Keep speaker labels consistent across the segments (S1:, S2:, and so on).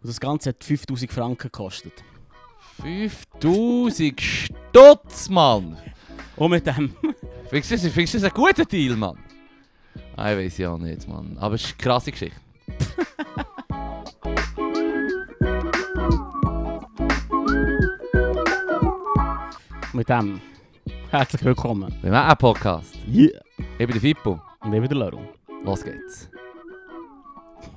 S1: Und das Ganze hat 5000 Franken gekostet.
S2: 5000 Stutz, Mann!
S1: Und mit dem,
S2: Findest du das- findest du das ein guter Deal, Mann? Ah, ich weiß ja nicht, Mann. Aber es ist eine krasse Geschichte.
S1: mit dem. Herzlich willkommen.
S2: Wir machen einen Podcast.
S1: Yeah.
S2: Ich bin der Fippo.
S1: Und ich bin der Laro.
S2: Los geht's.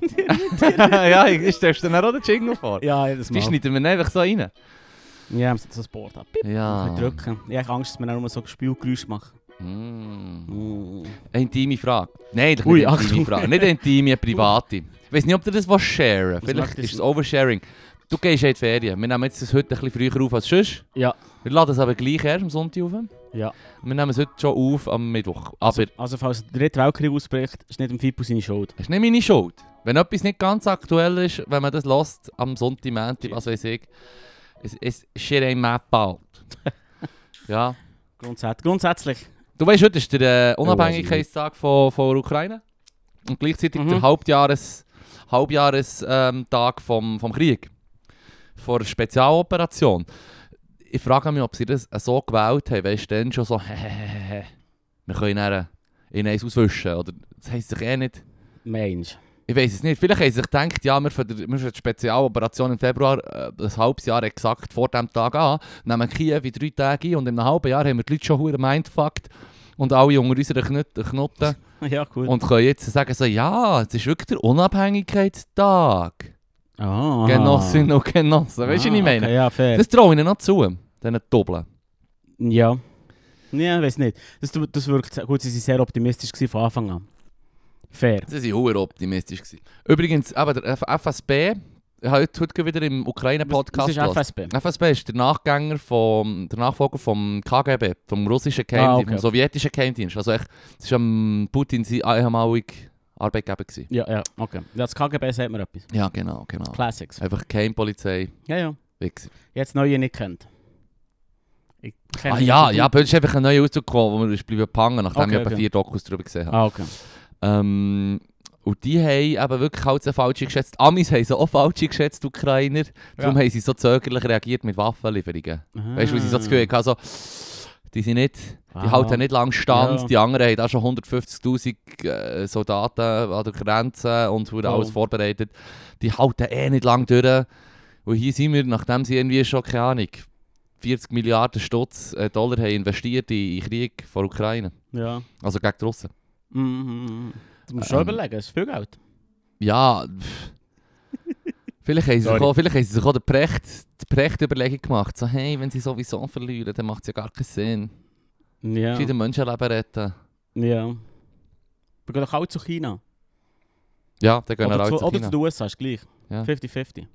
S2: ja, ich stellst dir dann auch den Jingle vor.
S1: Ja, jedes
S2: Die schneiden wir einfach so rein.
S1: Ja, wir sind so ein Board ab.
S2: Ja.
S1: Ich drücken. Ich habe Angst, dass wir dann nur so Spielgeräusche machen.
S2: Mm.
S1: Mm.
S2: Eine intime Frage. Nein, doch
S1: Ui,
S2: nicht eine intime
S1: Achtung.
S2: Frage. Nicht eine intime, eine private. Ich weiß nicht, ob du das was sharen
S1: Was
S2: Vielleicht
S1: macht das-
S2: ist es Oversharing. Du gehst in die Ferien. Wir nehmen jetzt das heute ein bisschen früher auf als sonst.
S1: Ja.
S2: Wir laden es aber gleich erst am Sonntag auf.
S1: Ja.
S2: Wir nehmen es heute schon auf am Mittwoch. Ah, Aber es
S1: Also falls der dritte Weltkrieg ausbricht, ist nicht im Fippo seine Schuld.
S2: ist nicht meine Schuld. Wenn etwas nicht ganz aktuell ist, wenn man das lässt am Sonntag, Montag, was weiß ich, es ist shit ain't my fault. ja.
S1: Grundsätzlich. grundsätzlich.
S2: Du weißt, heute ist der äh, Unabhängigkeitstag von, von der Ukraine und gleichzeitig
S1: Mhm.
S2: der Halbjahres, Halbjahrestag ähm, Tag vom, vom Krieg. Vor der Spezialoperation. Ich frage mich, ob sie das äh, so gewählt haben, weißt du, dann schon so, hehehe, wir können dann äh, in eins auswischen. Oder das heisst sich eh nicht.
S1: Mensch.
S2: Ich weiß es nicht. Vielleicht haben sie sich gedacht, ja, wir fangen wir fangen die Spezialoperation im Februar äh, ein halbes Jahr exakt vor dem Tag an, nehmen Kiew in drei Tage ein und in einem halben Jahr haben wir die Leute schon verdammt mindfucked und alle unter unseren Knut- Knoten
S1: Ja, gut.
S2: und können jetzt sagen so, ja, es ist wirklich der Unabhängigkeitstag.
S1: ah.
S2: Genossinnen und Genossen, weißt du, was ich
S1: Ah,
S2: meine?
S1: Okay, ja, fair.
S2: Das traue ich ihnen noch zu, diesen Doppeln.
S1: ja. Ja, ich weiß nicht. Das, das wirkt gut, sie waren sehr optimistisch gewesen von Anfang an. Fair.
S2: Sie waren sehr optimistisch. gewesen. Übrigens, eben, der F FSB, ich habe heute heute wieder im Ukraine-Podcast
S1: Das ist FSB.
S2: FSB ist der Nachgänger vom, der Nachfolger vom KGB, vom russischen
S1: Ah,
S2: Geheimdienst,
S1: okay.
S2: vom sowjetischen Geheimdienst. Also echt, es war am Putin sein ehemaliger Arbeitgeber. Gewesen.
S1: Ja, ja, okay. Ja, das KGB sagt mir etwas.
S2: Ja, genau, genau.
S1: Classics.
S2: Einfach Geheimpolizei.
S1: Ja, ja.
S2: Wichser.
S1: Jetzt neue nicht kennt. Ich kenne
S2: Ah
S1: die
S2: ja,
S1: nicht.
S2: ja, plötzlich ist einfach ein neuer Auszug gekommen, wo wir ist bleiben pangen, nachdem
S1: Okay,
S2: ich etwa
S1: okay.
S2: vier Dokus darüber gesehen habe.
S1: Ah, okay.
S2: Ähm, und die haben eben wirklich halt so falsch geschätzt. Die Amis haben so auch falsch geschätzt, die Ukrainer. Darum
S1: Ja.
S2: haben sie so zögerlich reagiert mit Waffenlieferungen. Weißt du, weil sie so das Gefühl hatten, also, die sind nicht, die
S1: Aha.
S2: halten nicht lange Stand,
S1: Ja.
S2: die anderen haben auch schon 150'000 äh, Soldaten an der Grenze und wurde alles
S1: Voll.
S2: vorbereitet. Die halten eh nicht lange durch. Und hier sind wir, nachdem sie irgendwie schon, keine Ahnung, 40 Milliarden Stutz äh, Dollar haben investiert in, in Krieg vor der Ukraine.
S1: Ah, Ja.
S2: Also gegen die Russen.
S1: Mhm. Du musst schon
S2: Ähm.
S1: überlegen, es ist viel Geld.
S2: Ja, pff. vielleicht, haben sie sich
S1: Sorry.
S2: auch, vielleicht haben sie sich auch die Precht, die Precht-Überlegung gemacht. So, hey, wenn sie sowieso verlieren, dann macht es ja gar keinen Sinn.
S1: Ja.
S2: Gescheiter Menschenleben retten.
S1: Ja. Wir gehen doch auch zu China.
S2: Ja, dann gehen wir
S1: Oder
S2: alle
S1: zu,
S2: zu
S1: oder zu
S2: China.
S1: den USA, ist gleich.
S2: Ja.
S1: 50-50.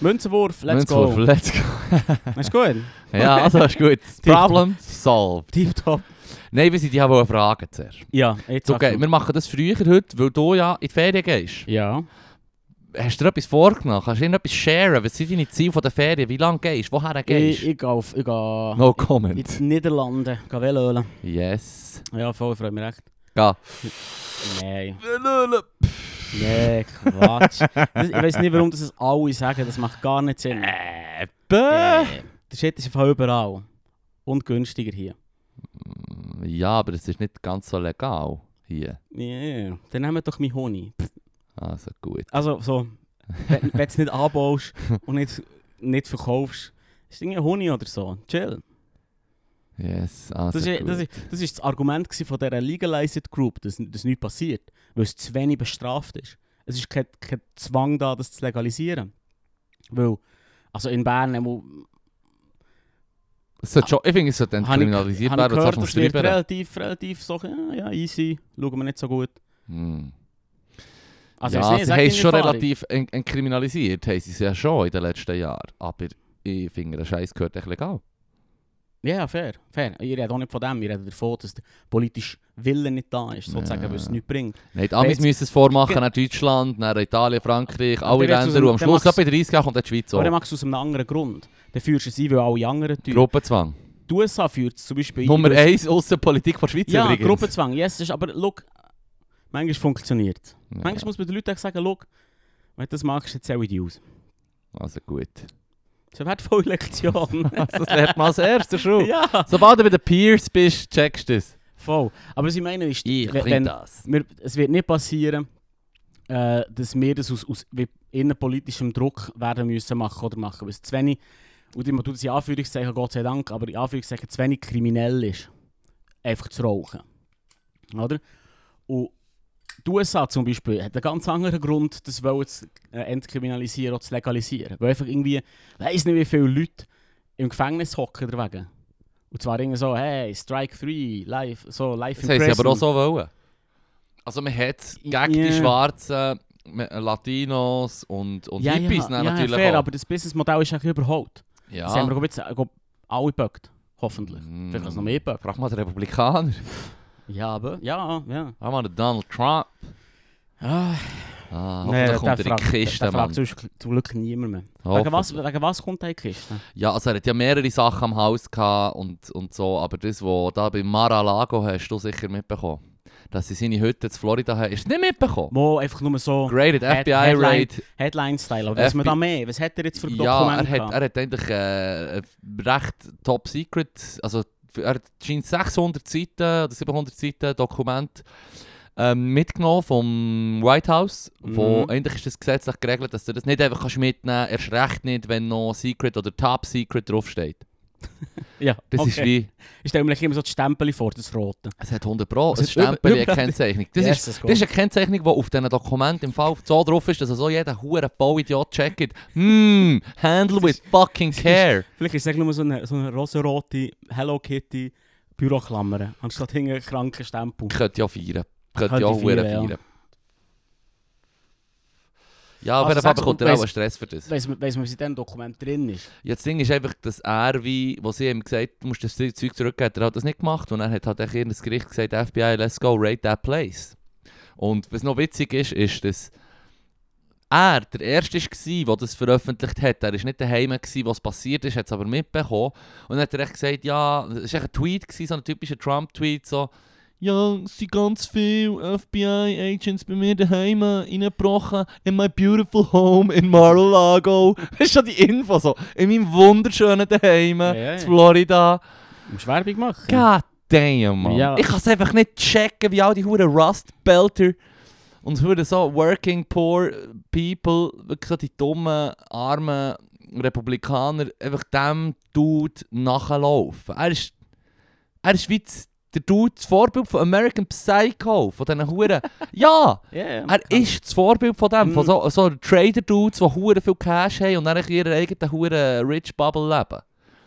S1: Münzenwurf, let's
S2: Münzwurf,
S1: go.
S2: let's go.
S1: Ist gut?
S2: ja, also ist gut. Problem solved.
S1: Tipptopp.
S2: Nein, wir sind die haben Fragen zuerst.
S1: Ja, jetzt
S2: So, Okay,
S1: Achtung.
S2: wir machen das früher heute, weil du ja in die Ferien gehst.
S1: Ja.
S2: Hast du dir etwas vorgenommen? Kannst du irgendetwas sharen? Was sind deine Ziele von der Ferien? Wie lange gehst du? Woher gehst
S1: Ich,
S2: du?
S1: ich gehe auf, ich gehe
S2: No
S1: in
S2: comment.
S1: die Niederlande, gehe Velölen.
S2: Yes.
S1: Ja, voll, freut mich recht.
S2: Geh.
S1: Nein. Nee, Quatsch. Das, ich weiß nicht, warum das es alle sagen, das macht gar nicht Sinn.
S2: Äh,
S1: Yeah.
S2: bäh.
S1: Der Shit ist einfach überall. Und günstiger hier.
S2: Ja, aber es ist nicht ganz so legal hier. Ah,
S1: Yeah. Dann nehmen wir doch meinen Honig.
S2: Also gut.
S1: Also so, wenn wenn du es nicht anbaust und nicht, nicht verkaufst, ist irgendwie Honig oder so. Chill.
S2: Yes, Ah, also
S1: Das, ist,
S2: gut.
S1: das, ist, das ist das Argument gewesen von dieser Legalized Group, dass, dass nichts passiert, weil es zu wenig bestraft ist. Es ist kein, kein Zwang da, das zu legalisieren. Weil, also in Bern, wo
S2: Es sollte schon, ich finde, es sollte
S1: Habe ich-
S2: entkriminalisiert
S1: habe ich
S2: werden, das
S1: gehört,
S2: darf man
S1: das wird
S2: schreiben.
S1: relativ, relativ so, ja, ja, easy, schauen wir nicht so gut.
S2: Hm.
S1: Also
S2: ja,
S1: ich weiß nicht,
S2: sie
S1: sag
S2: haben
S1: deine
S2: es schon
S1: Erfahrung.
S2: relativ en- entkriminalisiert, haben sie es ja schon in den letzten Jahren. Aber ich finde, der Scheiß gehört echt legal.
S1: Ja, fair, fair. Ihr redet auch nicht von dem, ihr redet davon, dass der politische Wille nicht da ist, sozusagen, weil es
S2: Ja.
S1: nichts bringt.
S2: Nein, die Amis
S1: Jetzt-
S2: müssen es vormachen,
S1: Ge-
S2: nach Deutschland, nach Italien, Frankreich,
S1: Aber
S2: alle
S1: dann wird's
S2: Länder. Und am
S1: aus dem-
S2: Schluss,
S1: dann
S2: ab in 30 Jahren kommt dann die Schweiz
S1: Aber dann
S2: auch.
S1: machst du es aus einem anderen Grund. Dann führst du es ein, weil alle anderen tun.
S2: Gruppenzwang.
S1: die USA führt es zum Beispiel ein,
S2: Nummer
S1: weil-
S2: 1 Außenpolitik der Schweiz
S1: Ja,
S2: übrigens.
S1: Gruppenzwang, yes, ist, aber look, manchmal funktioniert es.
S2: Ja.
S1: Manchmal muss man den Leuten auch sagen, look, Wenn du das machst, dann zähle ich dich aus.
S2: Also gut.
S1: Das ist eine wertvolle Lektion.
S2: Das lernt man als erstes schon.
S1: ja,
S2: Sobald du bei den Peers bist, checkst du es.
S1: voll. Aber was ich meine ist, wenn- wenn-
S2: das.
S1: wir, es wird nicht passieren, äh, dass wir das aus, aus wie innenpolitischem Druck werden müssen machen oder machen. Weil es zu wenig, und man tut es in Anführungszeichen, Gott sei Dank, aber in Anführungszeichen zu wenig kriminell ist, einfach zu rauchen. Oder? Und die USA zum Beispiel hat einen ganz anderen Grund, das wollen zu äh, entkriminalisieren oder zu legalisieren. Weil einfach irgendwie, weiss nicht wie viele Leute im Gefängnis hocken dagegen. Und zwar irgendwie so, hey, Strike 3, Life, so, Life
S2: Das
S1: in
S2: haben
S1: Prison.
S2: sie aber auch so wollen. Also man hat es gegen die
S1: Ja.
S2: schwarzen äh, Latinos und, und Hippies dann
S1: ja,
S2: natürlich
S1: fair,
S2: auch.
S1: aber das Businessmodell ist eigentlich überholt.
S2: ja.
S1: Das haben wir glaub ich, jetzt äh, glaub, alle geböckt. Hoffentlich.
S2: Mm.
S1: Vielleicht hat es noch mehr geböckt.
S2: Frag mal den Republikaner.
S1: Ja, aber... Ja, ja.
S2: Frag mal den Donald Trump.
S1: Ah,
S2: Ah, hoffentlich kommt er in die Kiste,
S1: der
S2: Mann.
S1: fragt sonst zum Glück niemand mehr. Wegen
S2: Hoffentlich.
S1: was, wegen was kommt der in die Kiste?
S2: Ja, also er hat ja mehrere Sachen am Haus gehabt und, und so, aber das, was da bei Mar-a-Lago hast du sicher mitbekommen. Dass sie seine Hütte in Florida haben, ist nicht mitbekommen.
S1: Mo, einfach nur so
S2: Graded
S1: Head-
S2: FBI-Raid.
S1: Headline-Style. Aber was man
S2: FBI
S1: da mehr? Was hat er jetzt für
S2: Äh, Ja,
S1: Dokumente
S2: er hat,
S1: gehabt?
S2: er hat eigentlich äh, äh, recht top secret, also er hat scheint 600 Seiten oder 700 Seiten Dokument ähm, mitgenommen vom White House, wo
S1: Mhm.
S2: eigentlich ist das gesetzlich geregelt, dass du das nicht einfach kannst mitnehmen kannst, erst recht nicht, wenn noch Secret oder Top Secret draufsteht.
S1: ja,
S2: Das
S1: okay.
S2: ist wie...
S1: Ich stelle mir gleich immer so die Stempel vor, das Rote.
S2: Es hat 100 Pro,
S1: Es
S2: es
S1: hat
S2: Stempel,
S1: über-
S2: eine
S1: über-
S2: Kennzeichnung. Das,
S1: Jesus
S2: ist,
S1: Gott.
S2: das ist eine Kennzeichnung, die auf diesen Dokumenten im Fall so drauf ist, dass also jeder hure Bauidiot checkt. Hmm, handle with fucking care.
S1: Vielleicht ist es eigentlich nur so eine, so eine rosarote Hello Kitty Büroklammer, anstatt hinten kranken Stempel.
S2: Ich könnte ja feiern. Ich könnte
S1: Könnte
S2: ja auch hure
S1: feiern, ja.
S2: feiern. Ja, auf
S1: Also
S2: jeden Fall
S1: sagst du,
S2: bekommt er auch
S1: weiss-
S2: einen Stress für das.
S1: Weiss man, weiss man, was in diesem Dokument drin ist?
S2: Ja, das Ding ist einfach, dass er, wie, wo sie ihm gesagt du musst das Zeug zurückgeben, hat er hat das nicht gemacht. Und er hat halt echt in das Gericht gesagt, FBI, let's go, raid that place. Und was noch witzig ist, ist, dass er der Erste war, der das veröffentlicht hat. Er war nicht daheim, gewesen, was passiert ist, hat es aber mitbekommen. Und dann hat er echt gesagt, ja, es war echt ein Tweet, gewesen, so ein typischer Trump-Tweet, so, ja, es sind ganz viele FBI-Agents bei mir daheim reingebrochen in my beautiful home in Mar-a-Lago. Das ist schon die Info so. In meinem wunderschönen daheim
S1: Ja, ja.
S2: in Florida.
S1: Musst du Werbung machen?
S2: God damn, man.
S1: Ja.
S2: Ich kann es einfach nicht checken, wie all die huren Rust-Belter und huren so working poor people, wirklich so die dummen, armen Republikaner, einfach dem Dude nachlaufen. Er ist, er ist wie das- der Dude, das Vorbild von American Psycho, von diesen huren... ja!
S1: Ja, ja.
S2: Er ist das Vorbild von dem, von
S1: Mm.
S2: so, so Trader-Dudes, die hure viel Cash haben und dann in ihrer eigenen hure Rich-Bubble leben.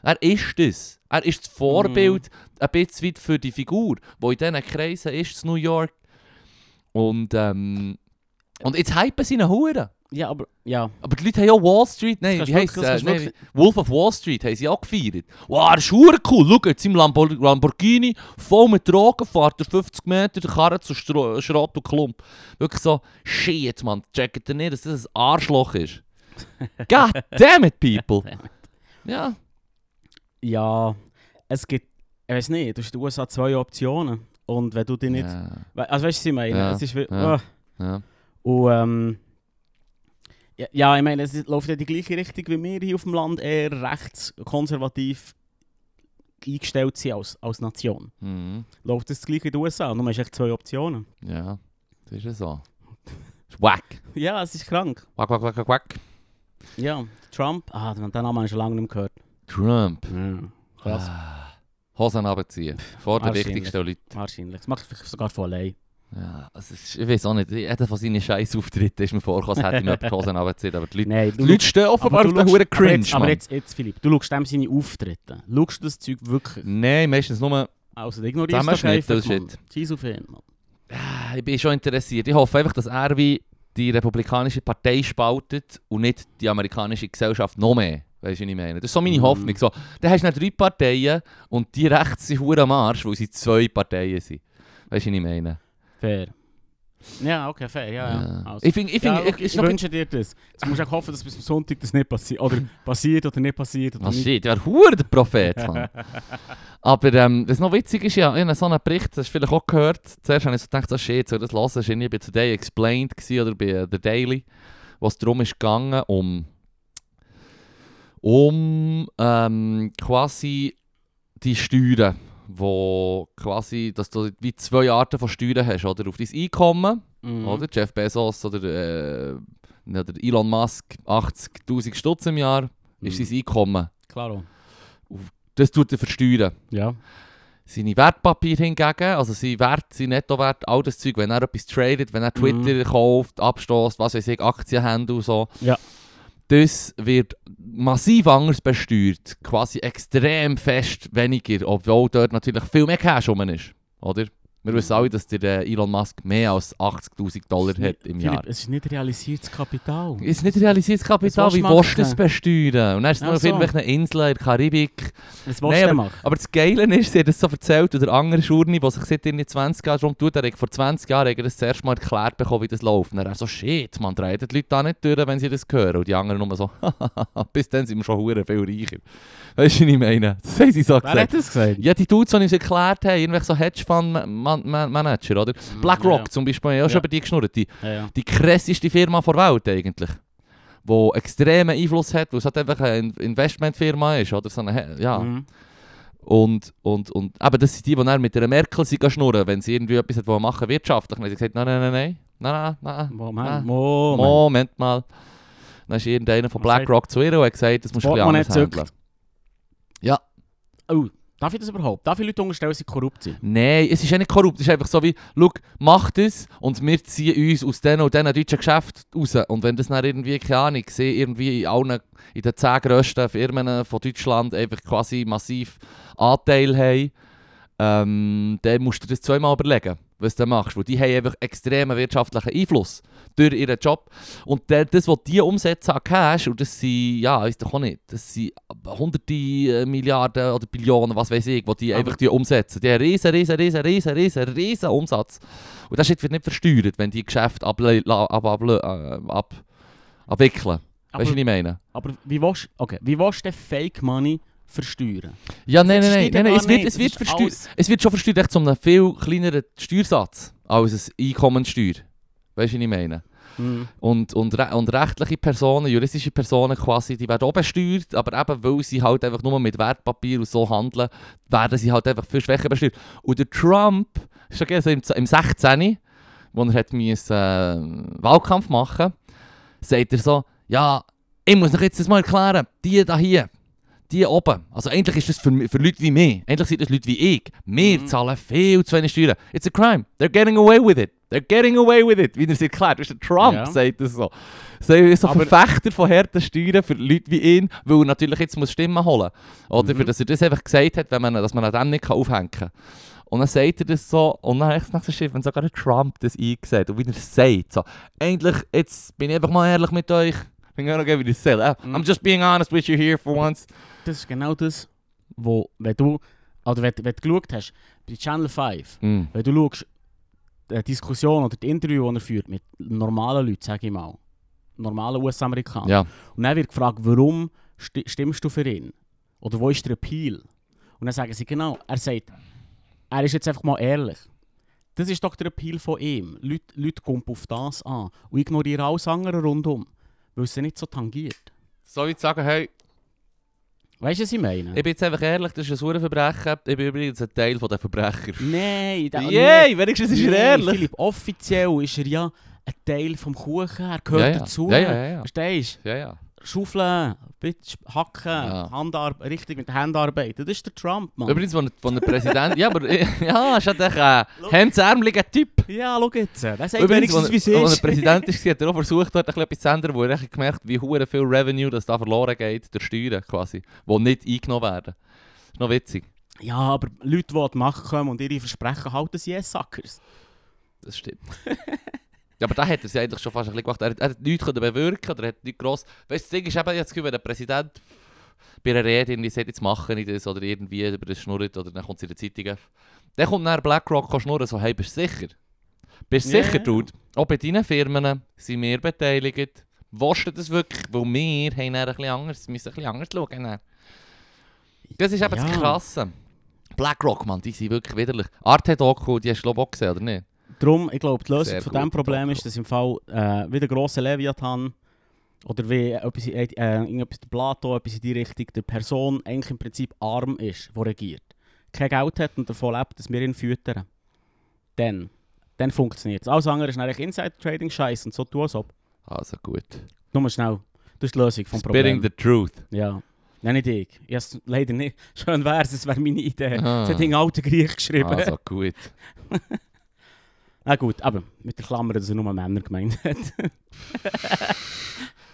S2: Er ist das. Er ist das Vorbild ein bisschen weit für die Figur, die in diesen Kreisen ist, in New York. Und, ähm, und jetzt hypen sie ihn hure.
S1: Ja, aber ja.
S2: Aber die Leute haben ja Wall Street, nein,
S1: Das
S2: wie
S1: kannst
S2: heisst
S1: du
S2: äh,
S1: wirklich- das kannst du
S2: nein, Wolf of Wall Street haben sie auch gefeiert. Wow, das ist hure cool, schau, jetzt im Lambo Lamborghini, voll mit Drogen, fährt er 50 Meter, der Karre zu Stro Schrott und Klump. Wirklich so, shit, man, checkt ihr nicht, dass das ein Arschloch ist. God damn it, people. ja,
S1: Ja. Es gibt. Ich weiß nicht, du hast in den USA zwei Optionen. Und wenn du die nicht.
S2: ja,
S1: We- Also weißt du, was ich meine?
S2: Ja,
S1: Es ist wie.
S2: ja.
S1: ah.
S2: ja.
S1: Und ähm. Ja, ja, ich meine, es ist- läuft ja die gleiche Richtung wie wir hier auf dem Land eher rechts konservativ eingestellt sind als, als Nation.
S2: Mhm.
S1: Läuft das gleiche in den USA, nur hast du echt zwei Optionen.
S2: ja, das ist ja so. Das ist wack.
S1: Ja, es ist krank.
S2: Wack, wack, wack, wack, wack.
S1: Ja, Trump, ah, den den Namen habe ich schon lange nicht mehr gehört.
S2: Trump.
S1: Krass,
S2: Ah. Hosen runterziehen, vor den
S1: Wahrscheinlich.
S2: wichtigsten Leuten.
S1: wahrscheinlich. Das macht es vielleicht sogar von allein.
S2: Ja, also es ist, ich weiß auch nicht, jeder von seinen scheiß Auftritten ist mir vorgekommen, als hätte ich mir die Hosen runtergezogen, aber die Leute,
S1: Nein,
S2: die
S1: du
S2: Leute stehen offenbar auf den
S1: schaust-
S2: Huren
S1: aber,
S2: Cringe,
S1: jetzt, aber
S2: Mann.
S1: jetzt, jetzt, Philipp, du schaust dem seine Auftritte. Schaust du das Zeug wirklich?
S2: Nein, meistens nur,
S1: Also, du ignorierst
S2: Dem
S1: das
S2: hast du nicht,
S1: einfach,
S2: das
S1: Mann.
S2: Shit.
S1: Scheiss auf ihn, Mann.
S2: Ah, ich bin schon interessiert. Ich hoffe einfach, dass er wie die republikanische Partei spaltet und nicht die amerikanische Gesellschaft noch mehr. Weißt du, was ich meine? Das ist so meine
S1: Mhm.
S2: Hoffnung. So, dann hast du dann drei Parteien und die rechts sind Huren am Arsch, weil sie zwei Parteien sind. Weißt du, was ich meine?
S1: Fair. Ja, okay, fair, ja, ja.
S2: Ja.
S1: Also.
S2: Ich finde, ich,
S1: ja,
S2: finde, ich,
S1: okay, ich
S2: ist noch-
S1: wünsche dir das. Jetzt musst du auch hoffen, dass bis zum Sonntag das nicht passiert. Oder passiert oder nicht passiert. Oder
S2: Was
S1: nicht.
S2: Ah, shit, ja, hure der Prophet, Mann. Aber ähm, was noch witzig ist, ja, ich habe so einen Bericht, das hast du vielleicht auch gehört. Zuerst habe ich so gedacht, so shit, soll ich das hören? Ich war irgendwie bei Today Explained gewesen, oder bei äh, The Daily, was darum ist gegangen, um, um ähm, quasi die Steuern, wo quasi, dass du wie zwei Arten von Steuern hast, oder? Auf dein Einkommen,
S1: Mhm.
S2: oder? Jeff Bezos oder, äh, oder Elon Musk, 80'000 Stutz im Jahr ist
S1: Mhm.
S2: sein Einkommen.
S1: Klaro.
S2: Das tut er versteuern.
S1: Ja.
S2: Seine Wertpapiere hingegen, also sein Wert, sein Nettowert, all das Zeug, wenn er etwas tradet, wenn er Twitter kauft, abstoßt, was weiß ich, Aktienhandel und so.
S1: Mhm. Ja.
S2: Das wird massiv anders besteuert, quasi extrem fest weniger, obwohl dort natürlich viel mehr Cash rum ist, oder? Wir wissen alle, dass der äh, Elon Musk mehr als 80'000 Dollar hat
S1: Philipp,
S2: im Jahr.
S1: es ist nicht realisiertes Kapital.
S2: Ist nicht realisiertes Kapital,
S1: Was
S2: wie
S1: willst du
S2: willst du
S1: machen?
S2: das besteuern? Und dann ist es
S1: Ach
S2: nur auf
S1: so.
S2: irgendwelchen Inseln in der Karibik.
S1: Was willst
S2: Nein,
S1: du denn machen?
S2: Aber das Geile ist, sie hat das so erzählt, und der andere Schurni, der sich seit irgendwie 20 Jahren darum tut, der hat vor 20 Jahren hat er das zuerst mal erklärt bekommen, wie das läuft. Und er so, shit, man dreht die Leute da nicht durch, wenn sie das hören. Und die anderen nur so, bis dann sind wir schon hure viel reicher. Weißt du, was ich meine? Das haben sie so
S1: Wer
S2: gesagt.
S1: hat das gesagt?
S2: Ja, die Dudes, die uns erklärt haben, irgendwelche so Hedgefonds-Manager, oder? BlackRock
S1: Mhm, Ja.
S2: zum Beispiel, haben ja schon
S1: Ja.
S2: über die geschnurrt. Die,
S1: Ja, ja.
S2: die krasseste Firma der Welt eigentlich. Die extremen Einfluss hat, weil es halt einfach eine Investmentfirma ist, oder? So eine, He- ja.
S1: Mhm.
S2: Und, und, und aber das sind die, die dann mit der Merkel sind schnurren, wenn sie irgendwie etwas wollen machen wirtschaftlich. Dann haben sie gesagt, nein, nein, nein, nein, nein, nein, nein. Ah.
S1: Moment, Moment.
S2: Moment mal. Dann ist irgendeiner von
S1: Was sagt-
S2: BlackRock zu ihr und hat gesagt, das musst du ein bisschen
S1: Portemonnaie
S2: anders handeln.
S1: zückt.
S2: Ja.
S1: Oh, darf ich das überhaupt? Darf ich Leute unterstellen, dass sie korrupt sind?
S2: Nein, es ist ja nicht korrupt. Es ist einfach so wie, schau, mach das und wir ziehen uns aus diesen und diesen deutschen Geschäften raus. Und wenn das dann irgendwie, keine Ahnung, sehe irgendwie in allen, in den zehn grössten Firmen von Deutschland einfach quasi massiv Anteil haben, ähm, dann musst du dir das zweimal überlegen, was du machst. Weil die haben einfach extremen wirtschaftlichen Einfluss durch ihren Job. Und der, das, was die umsetzen an Cash, und das sind, ja, weiss doch auch nicht, das sind hunderte äh, Milliarden oder Billionen, was weiß ich, die die
S1: Aber-
S2: einfach die umsetzen. Die haben riesen, riesen, riesen, riesen, riesen, riesen Umsatz. Und das wird nicht versteuert, wenn die Geschäfte ablö- la- ab, ablö- äh, ab, abwickeln.
S1: Aber,
S2: weißt du, was ich meine?
S1: aber wie willst okay, wie willst du denn Fake Money versteuern?
S2: Ja, nein,
S1: Das
S2: nein, nein,
S1: steht ja
S2: nein, nein
S1: gar
S2: es, wird,
S1: nicht.
S2: es,
S1: Das
S2: wird
S1: ist
S2: versteu-
S1: alles-
S2: es wird schon versteuert echt zu einem viel kleineren Steuersatz als eine Einkommensteuer. Weißt du, was ich meine?
S1: Mhm.
S2: Und, und, re und rechtliche Personen, juristische Personen quasi, die werden auch besteuert, aber eben weil sie halt einfach nur mit Wertpapier und so handeln, werden sie halt einfach viel schwächer besteuert. Und der Trump, ist ja also im, im 16., wo er hat müssen, äh, Wahlkampf machen sagt er so, ja, ich muss euch jetzt das mal erklären, die da hier, die oben, also eigentlich ist das für, für Leute wie mich, eigentlich sind das Leute wie ich, wir
S1: Mhm.
S2: zahlen viel zu wenig Steuern. It's a crime, they're getting away with it, they're getting away with it, wie er es erklärt, weißt du, der Trump
S1: Ja.
S2: sagt das so. Sei so
S1: Aber-
S2: Verfechter von harten Steuern für Leute wie ihn, weil er natürlich jetzt muss Stimmen holen muss. Oder
S1: Mhm.
S2: für dass er das einfach gesagt hat, wenn man, dass man an dem nicht kann aufhängen kann. Und dann sagt er das so, und dann habe ich das nächste Schiff, wenn sogar der Trump das eingesehen und wie er es sagt, so, eigentlich, jetzt bin ich einfach mal ehrlich mit euch, I'm gonna give you this sale.
S1: Mhm.
S2: I'm just being honest with you here for once.
S1: Das ist genau das, wo, wenn du, oder wenn, wenn du geschaut hast, bei Channel 5,
S2: Mhm.
S1: wenn du schaust, die Diskussion oder die Interview, die er führt mit normalen Leuten, sage ich mal, normalen US-Amerikanern,
S2: Ja.
S1: und dann wird gefragt, warum sti- stimmst du für ihn? Oder wo ist der Appeal? Und dann sagen sie, genau, er sagt, er ist jetzt einfach mal ehrlich. Das ist doch der Appeal von ihm. Leute, Leute kommen auf das an und ignorieren alles andere rundum, weil es sie nicht so tangiert.
S2: So wie zu sagen, hey,
S1: Weißt du, was ich meine?
S2: ich bin jetzt einfach ehrlich, das ist ein Hurenverbrechen, ich bin übrigens ein Teil von den Verbrechern.
S1: Nein, da-
S2: Yay, wenigstens ist er
S1: Nein,
S2: ehrlich.
S1: Philipp, offiziell ist er ja ein Teil vom Kuchen, er gehört
S2: Ja, ja.
S1: dazu.
S2: Ja, ja, ja, ja.
S1: Verstehst
S2: Ja, ja.
S1: du? Schaufeln, bitte hacken,
S2: Ja.
S1: Handar richtig mit Handarbeiten. Das ist der Trump, Mann.
S2: Übrigens, von, von der Präsident. ja, aber ja, ist halt echt ein hemdsärmeliger Typ.
S1: ja, schau jetzt. Das sagt
S2: Übrigens,
S1: wenigstens, wie
S2: als
S1: es
S2: er- als er
S1: ist.
S2: Präsident ist, hat er auch versucht, dort ein bisschen etwas zu ändern, wo er echt gemerkt hat, wie hure viel Revenue das da verloren geht, durch Steuern quasi, die nicht eingenommen werden. Ist noch witzig.
S1: Ja, aber Leute, die an die Macht kommen und ihre Versprechen halten, sind eh Suckers.
S2: Das stimmt. Ja, aber da hat er es ja eigentlich schon fast ein bisschen gemacht. Er, hat- er hat nichts können bewirken oder hat nichts gross... Weißt du, das Ding ist eben, ich habe das Gefühl, wenn der Präsident bei einer Rede irgendwie sagt, jetzt mache ich das oder irgendwie über das schnurrt oder dann kommt es in den Zeitungen. Dann kommt dann BlackRock und schnurren so, hey, bist du sicher? Bist du
S1: Ja.
S2: sicher, Dude? Auch bei deinen Firmen sind wir beteiligt. Willst du das wirklich? Weil wir haben dann ein bisschen anders, müssen ein bisschen anders schauen. Dann. Das ist eben das
S1: Ja.
S2: Krasse. BlackRock, Mann, die sind wirklich widerlich. Arte-Doku, die hast du glaube ich auch gesehen, oder nicht?
S1: Darum, ich glaube, die Lösung
S2: Sehr
S1: von
S2: gut,
S1: diesem Problem
S2: Marco.
S1: ist, dass im Fall äh, wie der grosse Leviathan Oder wie etwas, in- äh, irgendetwas der Plato, etwas in die Richtung, der Person eigentlich im Prinzip arm ist, die regiert. Kein Geld hat und davon lebt, dass wir ihn füttern. Dann, dann funktioniert es. Alles andere ist eigentlich Insider-Trading-Scheiß und so tu es ab.
S2: Also gut.
S1: Nur schnell. Das ist die Lösung vom
S2: Spitting
S1: Problem.
S2: the truth.
S1: Ja. Nein, nicht ich. Ich hab's leider nicht. Schön wär's, es wäre meine Idee.
S2: Ah.
S1: Das hat ein alter Griech geschrieben.
S2: Also gut.
S1: Na gut, aber mit der Klammer, dass er nur Männer gemeint hat.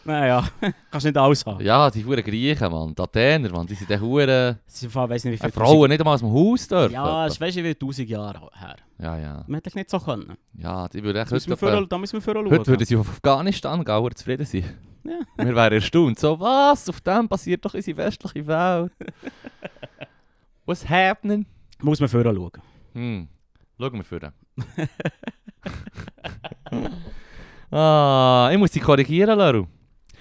S1: naja, kannst nicht alles haben.
S2: Ja, die verdammten Griechen, Mann. Die Athener, Mann. Die sind der Huren.
S1: Es ist im Fall, weiss nicht, wie
S2: Äh,
S1: viele
S2: Frauen nicht einmal aus dem Haus
S1: Tausend-
S2: dürfen.
S1: Ja, es ist weiss nicht, wie 1000 Jahre her.
S2: ja, ja.
S1: Man hätte nicht so können.
S2: Ja, die würden echt
S1: Da müssen wir
S2: heute...
S1: vorher, da müssen wir vorher schauen.
S2: Heute würden sie auf Afghanistan gehen und zufrieden sein.
S1: Ja.
S2: Wir wären erstaunt. So, was? Auf dem passiert doch unsere westliche Welt. What's happening?
S1: Muss man vorher schauen.
S2: Hm. Schauen wir für Ah, ich muss dich korrigieren, Laru.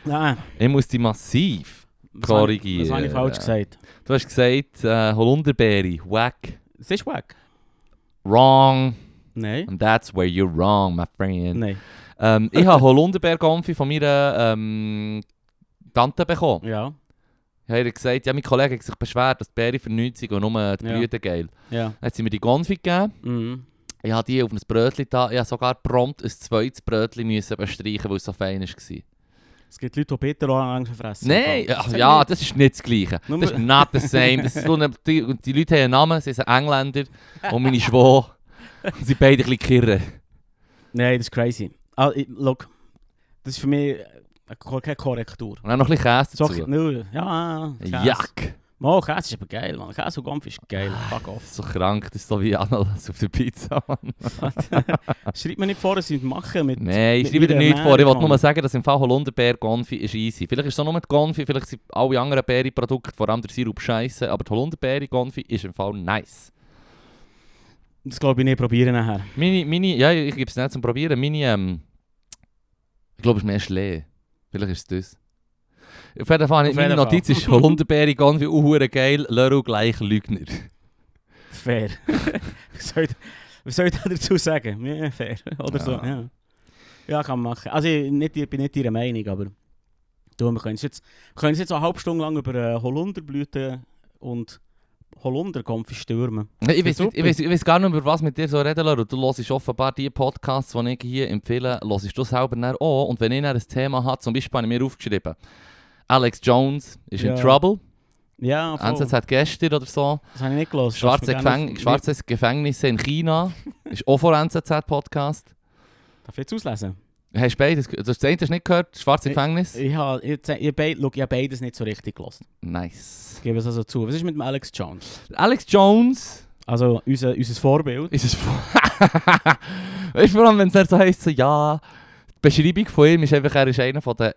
S1: Nein,
S2: Ich muss dich massiv.
S1: was habe ich-
S2: Korrigieren.
S1: Was habe ich falsch gesagt?
S2: Du hast gesagt, äh, Holunderbeere, whack,
S1: Es ist weg.
S2: wrong.
S1: Nein.
S2: And that's where you're wrong, my friend.
S1: Nein.
S2: Ähm, ich habe Holunderbeer-Gonfi von meiner ähm, Tante bekommen.
S1: Ja.
S2: Ich habe ihr gesagt, ja, mein Kollege hat sich beschwert, dass die Beere für 90 und nur die
S1: Ja.
S2: Blüten geil.
S1: Ja.
S2: Dann hat sie mir die Gonfi gegeben.
S1: Mhm.
S2: Ich habe die auf ein Brötchen da. Ich habe sogar prompt ein zweites Brötchen müssen bestreichen, weil es so fein war.
S1: Es gibt Leute, die Bitterorangen fressen.
S2: Nein!
S1: Das
S2: Ach,
S1: sag ich
S2: ja,
S1: nicht.
S2: das ist nicht das Gleiche.
S1: Nur-
S2: Das ist not the same. Das ist so eine, die, und die Leute haben einen Namen, sie sind Engländer und meine Schwo. Und sie beide ein bisschen kirre.
S1: Nein, das ist crazy. Ah, ich, look, das ist für mich äh, keine Korrektur.
S2: Und dann noch ein bisschen Käse
S1: So,
S2: dazu.
S1: nö, ja, Käse.
S2: Jack!
S1: Mal, Käse ist aber geil, man. Käse und Gumpf ist geil. Fuck
S2: Das
S1: off.
S2: ist so krank, das ist so wie Ananas auf der Pizza, Mann.
S1: Schreibt mir nicht vor, dass ich machen mit.
S2: Nein, ich
S1: mit
S2: schreibe dir
S1: meiner
S2: nichts vor. Ich wollte
S1: Ernährung.
S2: nur sagen, dass im Fall Holunderbeer Gonfi ist easy. Vielleicht ist es auch nur die Gonfi, vielleicht sind alle anderen Beere-Produkte, vor allem der Sirup, scheiße. Aber die Holunderbeere Gonfi ist im Fall nice.
S1: Das glaube ich nicht probieren nachher.
S2: Meine, meine, ja, ich gebe es nicht zum Probieren. Meine, ähm, ich glaube, es ist mehr Schlee. Vielleicht dus. ist es das. Auf jeden Fall,
S1: Auf
S2: meine
S1: jeden Fall.
S2: Notiz ist Holunderbeere Gonfi, uhure geil, Leru gleich Lügner.
S1: Fair. was, soll ich, was soll ich da dazu sagen? Ja, fair. Oder so.
S2: Ja.
S1: Ja. ja, kann man machen. Also, ich, nicht, ich bin nicht Ihrer Meinung, aber. Du, wir können es jetzt, wir können es jetzt eine halbe Stunde lang über äh, Holunderblüten und Holundergumpf stürmen.
S2: Ich weiß,
S1: Super.
S2: nicht, ich, weiß, ich weiß gar nicht, über was mit dir so reden, Leru. Du hörst offenbar die Podcasts, die ich hier empfehle, hörst du selber dann auch. Und wenn ich dann ein Thema habe, zum Beispiel habe ich mir aufgeschrieben, Alex Jones ist
S1: Ja.
S2: in Trouble,
S1: Ja, Ah, voll.
S2: NZZ gestern oder so.
S1: das habe ich nicht gelesen.
S2: Schwarze, Gefäng Schwarzes Gefängnis in China ist auch von NZZ-Podcast.
S1: Darf ich jetzt auslesen?
S2: Hast du beides gehört? Das eine hast du nicht gehört? Schwarze
S1: Ich-
S2: Gefängnis?
S1: Ich habe ich, ich, ich, beid- schau, ich hab beides nicht so richtig gelesen.
S2: Nice.
S1: Ich gebe es also zu. Was ist mit dem Alex Jones?
S2: Alex Jones
S1: Also unser, unser Vorbild.
S2: ist es. weißt du, vor allem, wenn es dann so heisst, so, ja, die Beschreibung von ihm ist einfach, er ist einer von den.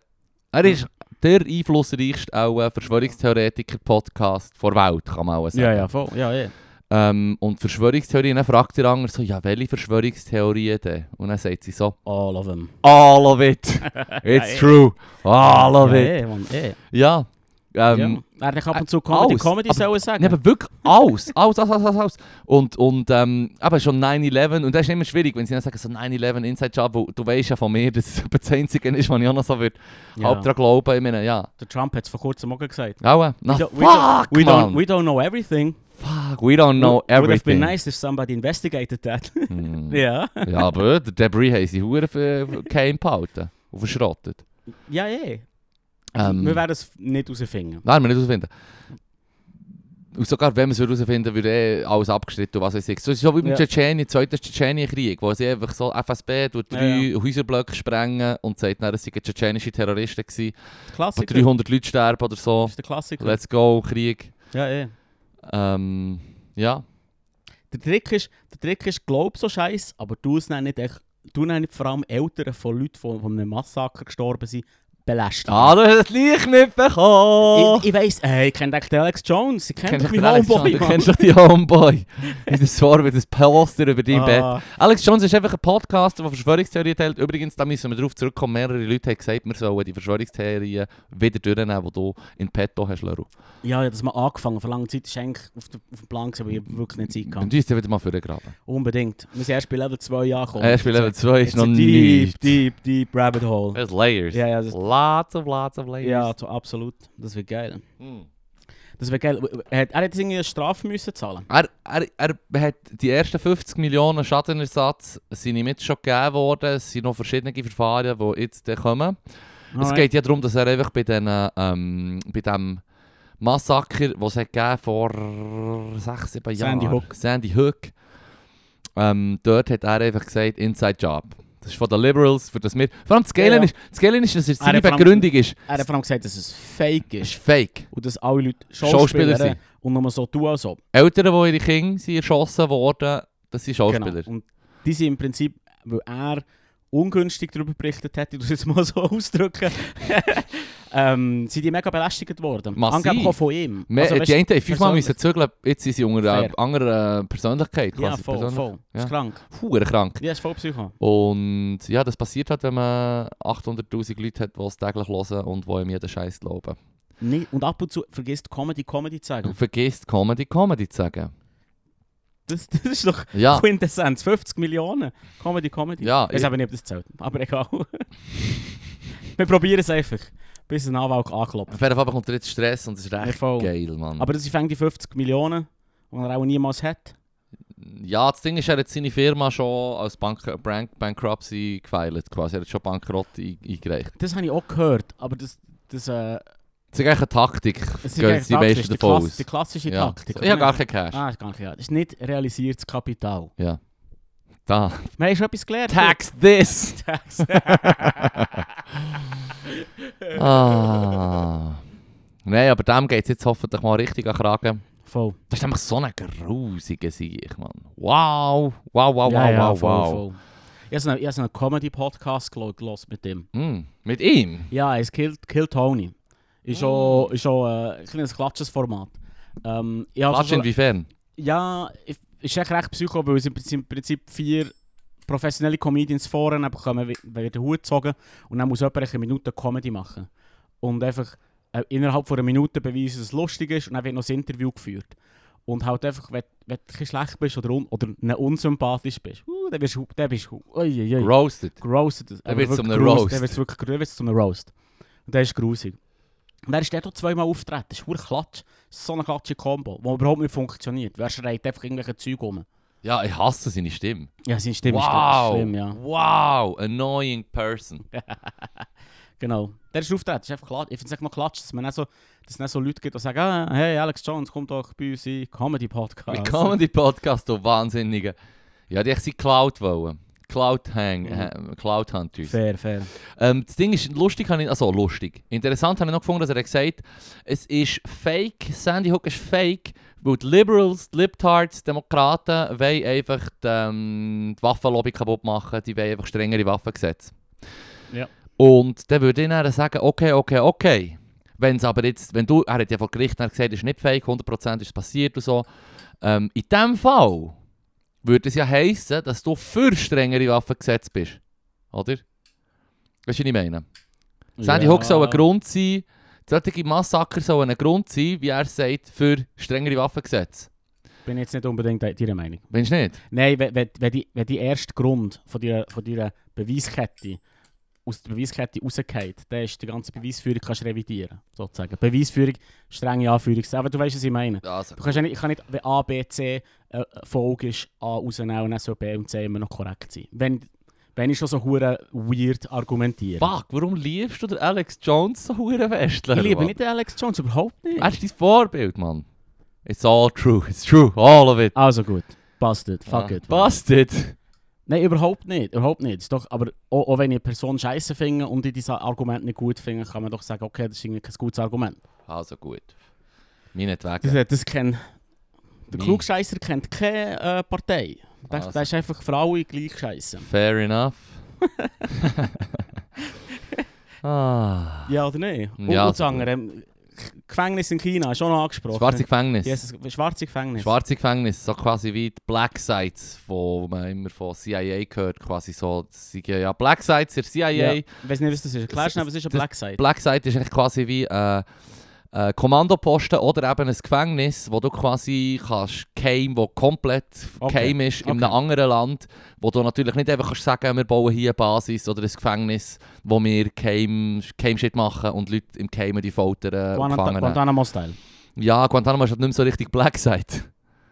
S2: Er ist der einflussreichste auch äh, Verschwörungstheoretiker-Podcast vor Welt, kann man auch sagen.
S1: Ja, ja, voll. Ja, ja.
S2: Ähm, und Verschwörungstheorien, dann fragt der andere so, ja, welche Verschwörungstheorien denn? Und dann sagt sie so,
S1: All of them.
S2: all of it. It's true. All of
S1: ja,
S2: it.
S1: eh, Mann, eh.
S2: Ja. Ähm,
S1: ja. Er hat ab und zu Comedy,
S2: alles.
S1: Comedy
S2: Aber-
S1: sollen
S2: Ja,
S1: sagen.
S2: aber wirklich alles, alles, alles, alles, alles, alles. Und, und ähm, eben schon 9-11, und das ist immer schwierig, wenn sie dann sagen, so 9-11, Inside Job, weil du weißt ja von mir, dass es das Einzige ist, was ich auch noch so würde.
S1: Ja.
S2: Halb dran glauben, ich meine, ja.
S1: Der Trump hat es vor kurzem auch gesagt.
S2: Aua, na
S1: don't-
S2: Ah, fuck,
S1: we don't- We don't,
S2: man.
S1: we don't know everything.
S2: fuck, we don't know
S1: Would have been
S2: everything.
S1: nice if somebody investigated that.
S2: Hm.
S1: ja.
S2: ja, aber der Debris haben sie verdammt für geheim behalten und verschrottet.
S1: Ja, eh.
S2: Ähm,
S1: Wir werden es nicht herausfinden.
S2: Nein, wir nicht herausfinden. Und sogar wenn wir es herausfinden, würde eh alles abgeschnitten und was weiß ich. So, so wie im
S1: Ja.
S2: Tschetschenien, zweiter Tschetschenien-Krieg, wo sie einfach so FSB durch
S1: Ja,
S2: drei
S1: ja.
S2: Häuserblöcke sprengen und sagt dann, es seien tschetschenische Terroristen gewesen, wo
S1: Klassiker.
S2: 300 Leute sterben oder so.
S1: Das ist der Klassiker.
S2: Let's go, Krieg.
S1: Ja, eh.
S2: Ähm, ja.
S1: Der Trick ist, der Trick ist glaub so scheiß, aber du es dann nicht echt, du dann nicht vor allem Eltern von Leuten, die von einem Massaker gestorben sind, belästigen.
S2: Ah, du hast das Licht mitbekommen!
S1: Ich, ich weiss, äh, ich kenne den Alex Jones, ich kenne
S2: Kennst
S1: doch
S2: du
S1: meinen Homeboy.
S2: Homeboy? Du kennst doch die Homeboy. Mit dem Sorge, mit dem Poster über dein Bett.
S1: Ah.
S2: Alex Jones ist einfach ein Podcast, der Verschwörungstheorien teilt. Übrigens, da müssen wir darauf zurückkommen. Mehrere Leute haben gesagt, wir sollen die Verschwörungstheorien wieder durchnehmen, die du in petto hast, Leru.
S1: Ja, ja, das mal angefangen, vor langer Zeit ist eigentlich auf, der, auf dem Plan gewesen, aber ich habe wirklich nicht Zeit
S2: Und
S1: gehabt.
S2: du hast wieder mal vorgegraben.
S1: Unbedingt. Wir sind erst bei Level 2 angekommen.
S2: Erst bei Eh, Level 2 ist
S1: It's
S2: noch
S1: a deep,
S2: nicht.
S1: deep, deep Rabbit Hole.
S2: Es Layers.
S1: Ja, ja, das
S2: Lots of, lots of ladies.
S1: Ja, to- absolut. Das wäre geil.
S2: Hm.
S1: Das wäre geil. Er hat, er hat irgendwie eine Strafe müssen zahlen.
S2: Er, er, er hat die ersten 50 Millionen Schadenersatz sind ihm jetzt schon gegeben worden. Es sind noch verschiedene Verfahren, die jetzt dann kommen. Es
S1: Alright.
S2: geht ja darum, dass er einfach bei, den, ähm, bei dem Massaker, was es gegeben vor sechs, sieben Jahren
S1: Sandy Hook.
S2: Sandy Hook ähm, dort hat er einfach gesagt, Inside Job. Das ist von den Liberals, für das wir... Vor allem das Geile
S1: Ja, ja.
S2: ist, das Geile ist, dass es
S1: Er hat
S2: seine
S1: vor allem-
S2: Begründung ist,
S1: Er hat vor allem gesagt, dass es fake ist
S2: ist fake.
S1: und dass alle Leute
S2: Schauspieler
S1: Schauspieler,
S2: sind.
S1: sind und nur so tun als ob.
S2: Eltern, die ihre Kinder sind erschossen wurden, das sind Schauspieler.
S1: Genau. Und die sind im Prinzip, weil er ungünstig darüber berichtet hat, ich muss jetzt mal so ausdrücken, ähm, sind die mega belästigt worden.
S2: Massiv.
S1: Angeblich auch von ihm.
S2: Mehr,
S1: Also,
S2: die
S1: weißt,
S2: einen haben fünfmal
S1: persönlich-
S2: müssen zügeln, jetzt sind sie unter einer
S1: Fair.
S2: anderen Persönlichkeit.
S1: ja,
S2: Quasi.
S1: voll, voll.
S2: ja.
S1: Ist krank.
S2: Verdammt krank.
S1: Ja, ist voll Psycho.
S2: Und ja, das passiert halt, wenn man 800'000 Leute hat, die es täglich hören und die ihm jeden Scheiß glauben.
S1: Nee, und ab und zu vergisst Comedy, Comedy zu sagen.
S2: Und vergisst Comedy, Comedy zu sagen.
S1: Das, das ist doch
S2: Ja,
S1: Quintessenz. 50 Millionen. Comedy, Comedy.
S2: Ah. ja.
S1: Ich weiß aber nicht, ob das zählt. Aber egal. Wir probieren es einfach. Bis ein Anwalt anklopft.
S2: Auf jeden Fall bekommt er jetzt Stress und das ist
S1: Ja,
S2: echt
S1: voll.
S2: geil, Mann.
S1: Aber das sind die 50 Millionen, die er auch niemals hat.
S2: ja, das Ding ist, er hat seine Firma schon als Bank Bank Bankruptcy gefeilt quasi. Er hat schon Bankrott ein- eingereicht.
S1: Das habe ich auch gehört, aber das, das, äh,
S2: Das ist eigentlich eine Taktik.
S1: das
S2: Gehen die
S1: taktisch,
S2: meisten
S1: die,
S2: davon
S1: Klass-
S2: aus.
S1: die klassische
S2: Ja.
S1: Taktik.
S2: Ich habe gar keinen Cash.
S1: Ah, das kann ich ja. Das ist nicht realisiertes Kapital.
S2: Da.
S1: Wir haben schon etwas gelernt.
S2: Tax this!
S1: Tax.
S2: Ah. Nein, aber dem geht es jetzt hoffentlich mal richtig an den Kragen.
S1: Voll.
S2: Das ist nämlich so ein grusiger Sieg, Mann. Wow, wow, wow, wow,
S1: Ja, ja,
S2: wow, wow.
S1: voll. Ich habe so einen- ich habe so einen Comedy-Podcast gel- gelesen mit dem.
S2: Mm, mit ihm?
S1: Ja, es killt Kill Tony.
S2: Mm.
S1: Ist auch, ist auch äh, ein kleines Klatsches-Format. Ähm, ich habe
S2: Klatsch
S1: schon-
S2: inwiefern?
S1: Ja, ich- ist echt recht psycho, weil es im Prinzip, im Prinzip vier professionelle Comedians vorne bekommen, wie- werden den Hut gezogen und dann muss jemand eine Minute Comedy machen. Und einfach äh, innerhalb von einer Minute beweisen, dass es lustig ist und dann wird noch das Interview geführt. Und halt einfach, wenn, wenn du ein bisschen schlecht bist oder, un oder ne unsympathisch bist, uh, dann wirst du, dann bist du, uiuiui.
S2: Roasted.
S1: Roasted.
S2: Dann wird's zum einem Roast.
S1: Dann wird es wirklich dann wird's zum einem Roast. Und der ist grusig. Und er ist dort auch zweimal auftreten. Das ist verdammt Klatsch. Das ist So eine klatsche Combo, die überhaupt nicht funktioniert. Weil er schreit einfach irgendwelche Zeug um.
S2: Ja, ich hasse seine Stimme.
S1: Ja, seine Stimme ist
S2: wow.
S1: schlimm, schlimm, ja.
S2: Wow, annoying person.
S1: Genau. Der ist auftreten, das ist einfach Klatsch. Ich finde es mal Klatsch, dass man nicht so, dass es nicht so Leute gibt, die sagen, ah, hey Alex Jones, komm doch bei uns in den Comedy-Podcast.
S2: Willkommen im Podcast, du Wahnsinnige. Ja, die sind Cloud wollen. Cloud Hang,
S1: Mm.
S2: äh, Cloud Hunters.
S1: Fair, fair.
S2: Ähm, das Ding ist, lustig habe ich, also lustig, interessant habe ich noch gefunden, dass er gesagt hat, es ist fake, Sandy Hook ist fake, weil die Liberals, die Libtards, die Demokraten wollen einfach die, ähm, die Waffenlobby kaputt machen, die wollen einfach strengere Waffengesetze.
S1: Ja.
S2: Und dann würde ich dann sagen, okay, okay, okay. Wenn es aber jetzt, wenn du, er hat ja vor Gericht dann gesagt, es ist nicht fake, 100% ist es passiert und so. Ähm, in dem Fall würde es ja heißen, dass du für strengere Waffengesetze bist. Oder? Weißt du, was ich meine? Sandy Hook soll ein Grund sein, solche Massaker sollen ein Grund sein, wie er sagt, für strengere Waffengesetze.
S1: Bin jetzt nicht unbedingt de- deiner Meinung.
S2: Meinst du nicht?
S1: Nein, wenn, wenn, wenn, die, wenn die erste Grund von deiner, von deiner Beweiskette aus der Beweiskette rausgeht, dann ist die ganze Beweisführung kannst du revidieren, sozusagen. Beweisführung, strenge Anführungszeichen. Aber du weißt, was ich meine.
S2: Also.
S1: Du kannst ja nicht, ich kann nicht, wenn A, B, C äh, Folge ist, A rausnehmen und dann soll B und C immer noch korrekt sein. Wenn, wenn ich schon so hure weird argumentiere.
S2: Fuck, warum liebst du den Alex Jones so hure Westler?
S1: Ich liebe
S2: Mann?
S1: nicht den Alex Jones, überhaupt nicht.
S2: Er ist dein Vorbild, Mann. It's all true, it's true, all of it.
S1: Also gut, passt it, fuck
S2: Ah,
S1: it.
S2: Busted!
S1: Nein, überhaupt nicht. Überhaupt nicht. Ist doch, aber auch, auch wenn ich eine Person scheiße finde und ich dieses Argument nicht gut finde, kann man doch sagen, okay, das ist irgendwie kein gutes Argument.
S2: Also gut. Meinetwegen.
S1: Das, das kennt, der
S2: Nee.
S1: Klugscheisser kennt keine äh, Partei. Der,
S2: Also.
S1: der ist einfach für alle gleich scheiße.
S2: Fair enough. ah.
S1: Ja oder nein? Und,
S2: Ja,
S1: und das
S2: also gut.
S1: andere, ähm, Gefängnis in China, schon angesprochen.
S2: Schwarze Gefängnis.
S1: Yes, es- schwarze Gefängnis.
S2: Schwarze Gefängnis, so quasi wie die Black Sites, wo man immer von CIA gehört, quasi so. Das sind ja- ja, Black Sites, der CIA.
S1: Ja. Ich weiß nicht, was das ist. Erklärst du, was ist ein
S2: Das-
S1: Black Side?
S2: Black Site ist eigentlich quasi wie äh, äh, Kommandoposten oder eben ein Gefängnis, wo du quasi kannst Game, wo komplett
S1: Okay.
S2: Game ist in einem
S1: Okay.
S2: anderen Land, wo du natürlich nicht einfach kannst sagen, wir bauen hier eine Basis oder ein Gefängnis, wo wir Game, Game Shit machen und Leute im Game die foltern und
S1: Guanta-
S2: fangen.
S1: Guantanamo-Style.
S2: Ja, Guantanamo ist halt nicht mehr so richtig Black Side.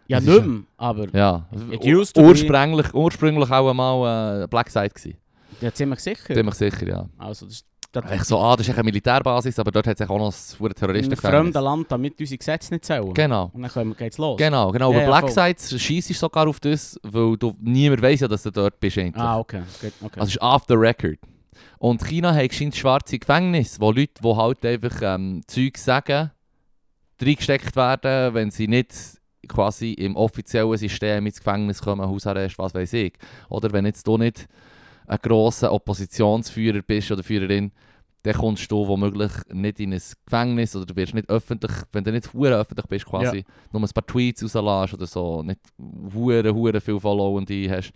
S1: Ja,
S2: Das ist
S1: nicht mehr, aber
S2: Ja.
S1: It used to be-
S2: Ursprünglich, ursprünglich auch einmal äh, Black Side gewesen.
S1: ja, ziemlich sicher.
S2: Bin mir sicher, ja.
S1: Also, das ist das
S2: Ich so, ah, das ist echt eine Militärbasis, aber dort hat es auch noch ein
S1: in
S2: Terroristen
S1: einem fremden Land, damit unsere Gesetze nicht zählen.
S2: Genau.
S1: Und dann können wir- geht's los.
S2: Genau, genau.
S1: Ja,
S2: Aber
S1: ja,
S2: Black
S1: voll.
S2: Sides schießt sogar auf das, weil du, niemand weiß ja, dass du dort bist eigentlich.
S1: Ah, okay. Gut, okay.
S2: Also es ist off the record. Und China hat scheinbar schwarze Gefängnisse, wo Leute, die halt einfach ähm, Zeug sagen, reingesteckt werden, wenn sie nicht quasi im offiziellen System ins Gefängnis kommen, Hausarrest, was weiß ich. Oder wenn jetzt du nicht ein grosser Oppositionsführer bist oder Führerin, dann kommst du womöglich nicht in ein Gefängnis oder du wirst nicht öffentlich, wenn du nicht hure öffentlich bist quasi, nur ein paar Tweets rauslässt oder so, nicht hure hure viel Followende hast,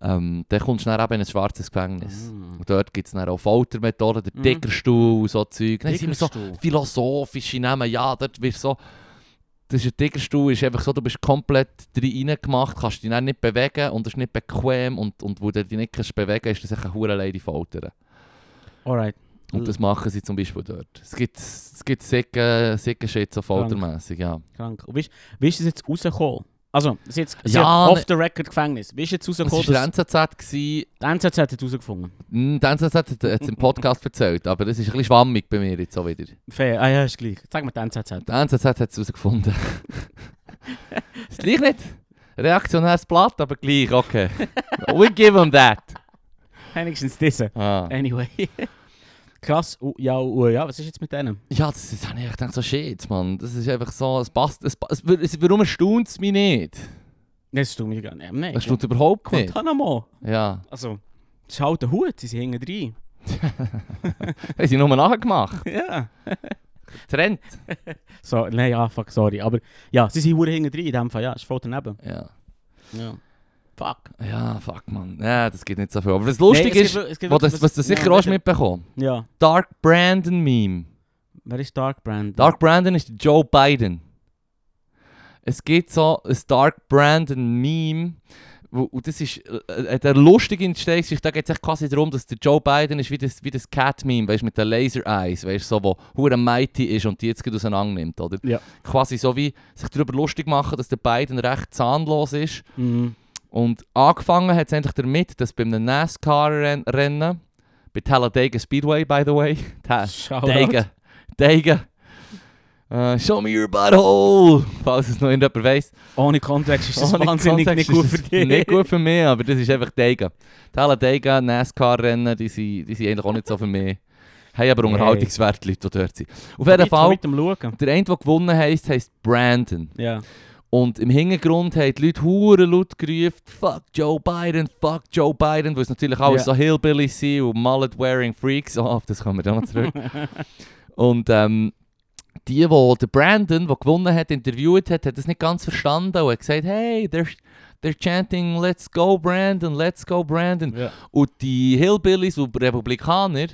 S2: ähm, dann kommst du dann eben in ein schwarzes Gefängnis.
S1: Ah.
S2: Und dort gibt es dann auch Foltermethoden, der
S1: Mhm.
S2: Dickerstuhl und so Zeug. Dann sind wir so
S1: Dickerstuhl.
S2: philosophische Namen, ja, dort wirst du so... Das ist ein Dickerstuhl, ist einfach so, du bist komplett rein gemacht, kannst dich dann nicht bewegen und das ist nicht bequem und, und wo du dich nicht kannst bewegen kannst, ist das echt eine Hurenleide foltern.
S1: Alright.
S2: Und das machen sie zum Beispiel dort. Es gibt, es gibt sicken sicken Shit so foltermässig, ja.
S1: Krank. Und wie ist, wie ist das jetzt rausgekommen? Also, es ist jetzt es ist
S2: Ja,
S1: ja,
S2: ne-
S1: off the record Gefängnis. Wie ist jetzt
S2: Es
S1: rausgekommen,
S2: war der
S1: dass
S2: NZZ, gewesen.
S1: die NZZ hat herausgefunden?
S2: Mm, die NZZ hat es im Podcast erzählt, aber das ist ein bisschen schwammig bei mir jetzt auch wieder.
S1: Fair. Ah ja, ist gleich. Sag mal die NZZ.
S2: Der NZZ hat es herausgefunden. ist gleich nicht. Reaktionäres Blatt, aber gleich, okay. We give them that.
S1: Wenigstens diese.
S2: Ah.
S1: Anyway. Krass. Oh, ja, oh, ja, was ist jetzt mit denen?
S2: Ja, das, das habe ich echt gedacht, so shit, Mann. Das ist einfach so, es passt, es, pa- es, es, warum erstaunt es mich nicht?
S1: Das tut mir gar nicht. Nein.
S2: Es tut überhaupt nicht.
S1: Guantanamo.
S2: Ja.
S1: Also, das ist halt der Hut, sie sind hinten drin.
S2: Haben sie nur nachgemacht.
S1: Ja.
S2: Trend.
S1: So, nein, ja, fuck, sorry. Aber ja, sie sind hure hinten drin in dem Fall. Ja, ist voll daneben.
S2: Ja.
S1: Ja. Fuck.
S2: Ja, fuck, Mann. Ja, das geht nicht so viel. Aber das Lustige
S1: Nein, es
S2: ist,
S1: gibt- es gibt
S2: wo
S1: wirklich-
S2: das, was du sicher
S1: Ja,
S2: auch hast
S1: wieder-
S2: mitbekommen
S1: Ja.
S2: Dark Brandon-Meme.
S1: Wer ist Dark Brand?
S2: Dark Brandon ist Joe Biden. Es gibt so ein Dark Brandon-Meme. wo- Und das ist äh, äh, der lustige Entstehungsgeschichte. Da geht es quasi darum, dass der Joe Biden ist wie das, wie das Cat-Meme, weißt du, mit den Laser-Eyes, weißt du, so, wo hure mighty ist und die jetzt gerade auseinander nimmt, oder?
S1: Ja.
S2: Quasi so wie sich darüber lustig machen, dass der Biden recht zahnlos ist.
S1: Mhm.
S2: Und angefangen hat es eigentlich damit, dass bei einem NASCAR-Rennen, bei Talladega Speedway, by the way, Ta-
S1: Shoutout.
S2: Dega, Dega, äh, show me your butthole, falls es noch irgendjemand weiss.
S1: Ohne Kontext ist das
S2: Ohne
S1: wahnsinnig nicht
S2: Kontext ist
S1: gut
S2: es
S1: für dich.
S2: Nicht gut für mich, aber das ist einfach Dega. Talladega, NASCAR-Rennen, die sind, die sind eigentlich auch nicht so für mich. Haben aber
S1: Hey.
S2: Unterhaltungswert, die Leute, die dort sind. Auf jeden Fall,
S1: Mit dem Schauen.
S2: der eine, der gewonnen heisst, heisst Brandon.
S1: Ja.
S2: Und im Hintergrund haben die Leute hure laut gerufen, fuck Joe Biden, fuck Joe Biden, weil es natürlich alles
S1: Ja.
S2: so Hillbillies sind und Mullet-wearing Freaks, oh, auf das kommen wir dann noch zurück. und ähm, die, wo der Brandon, der gewonnen hat, interviewt hat, hat das nicht ganz verstanden und hat gesagt, hey, they're, they're chanting, let's go Brandon, let's go Brandon.
S1: ja.
S2: Und die Hillbillies und Republikaner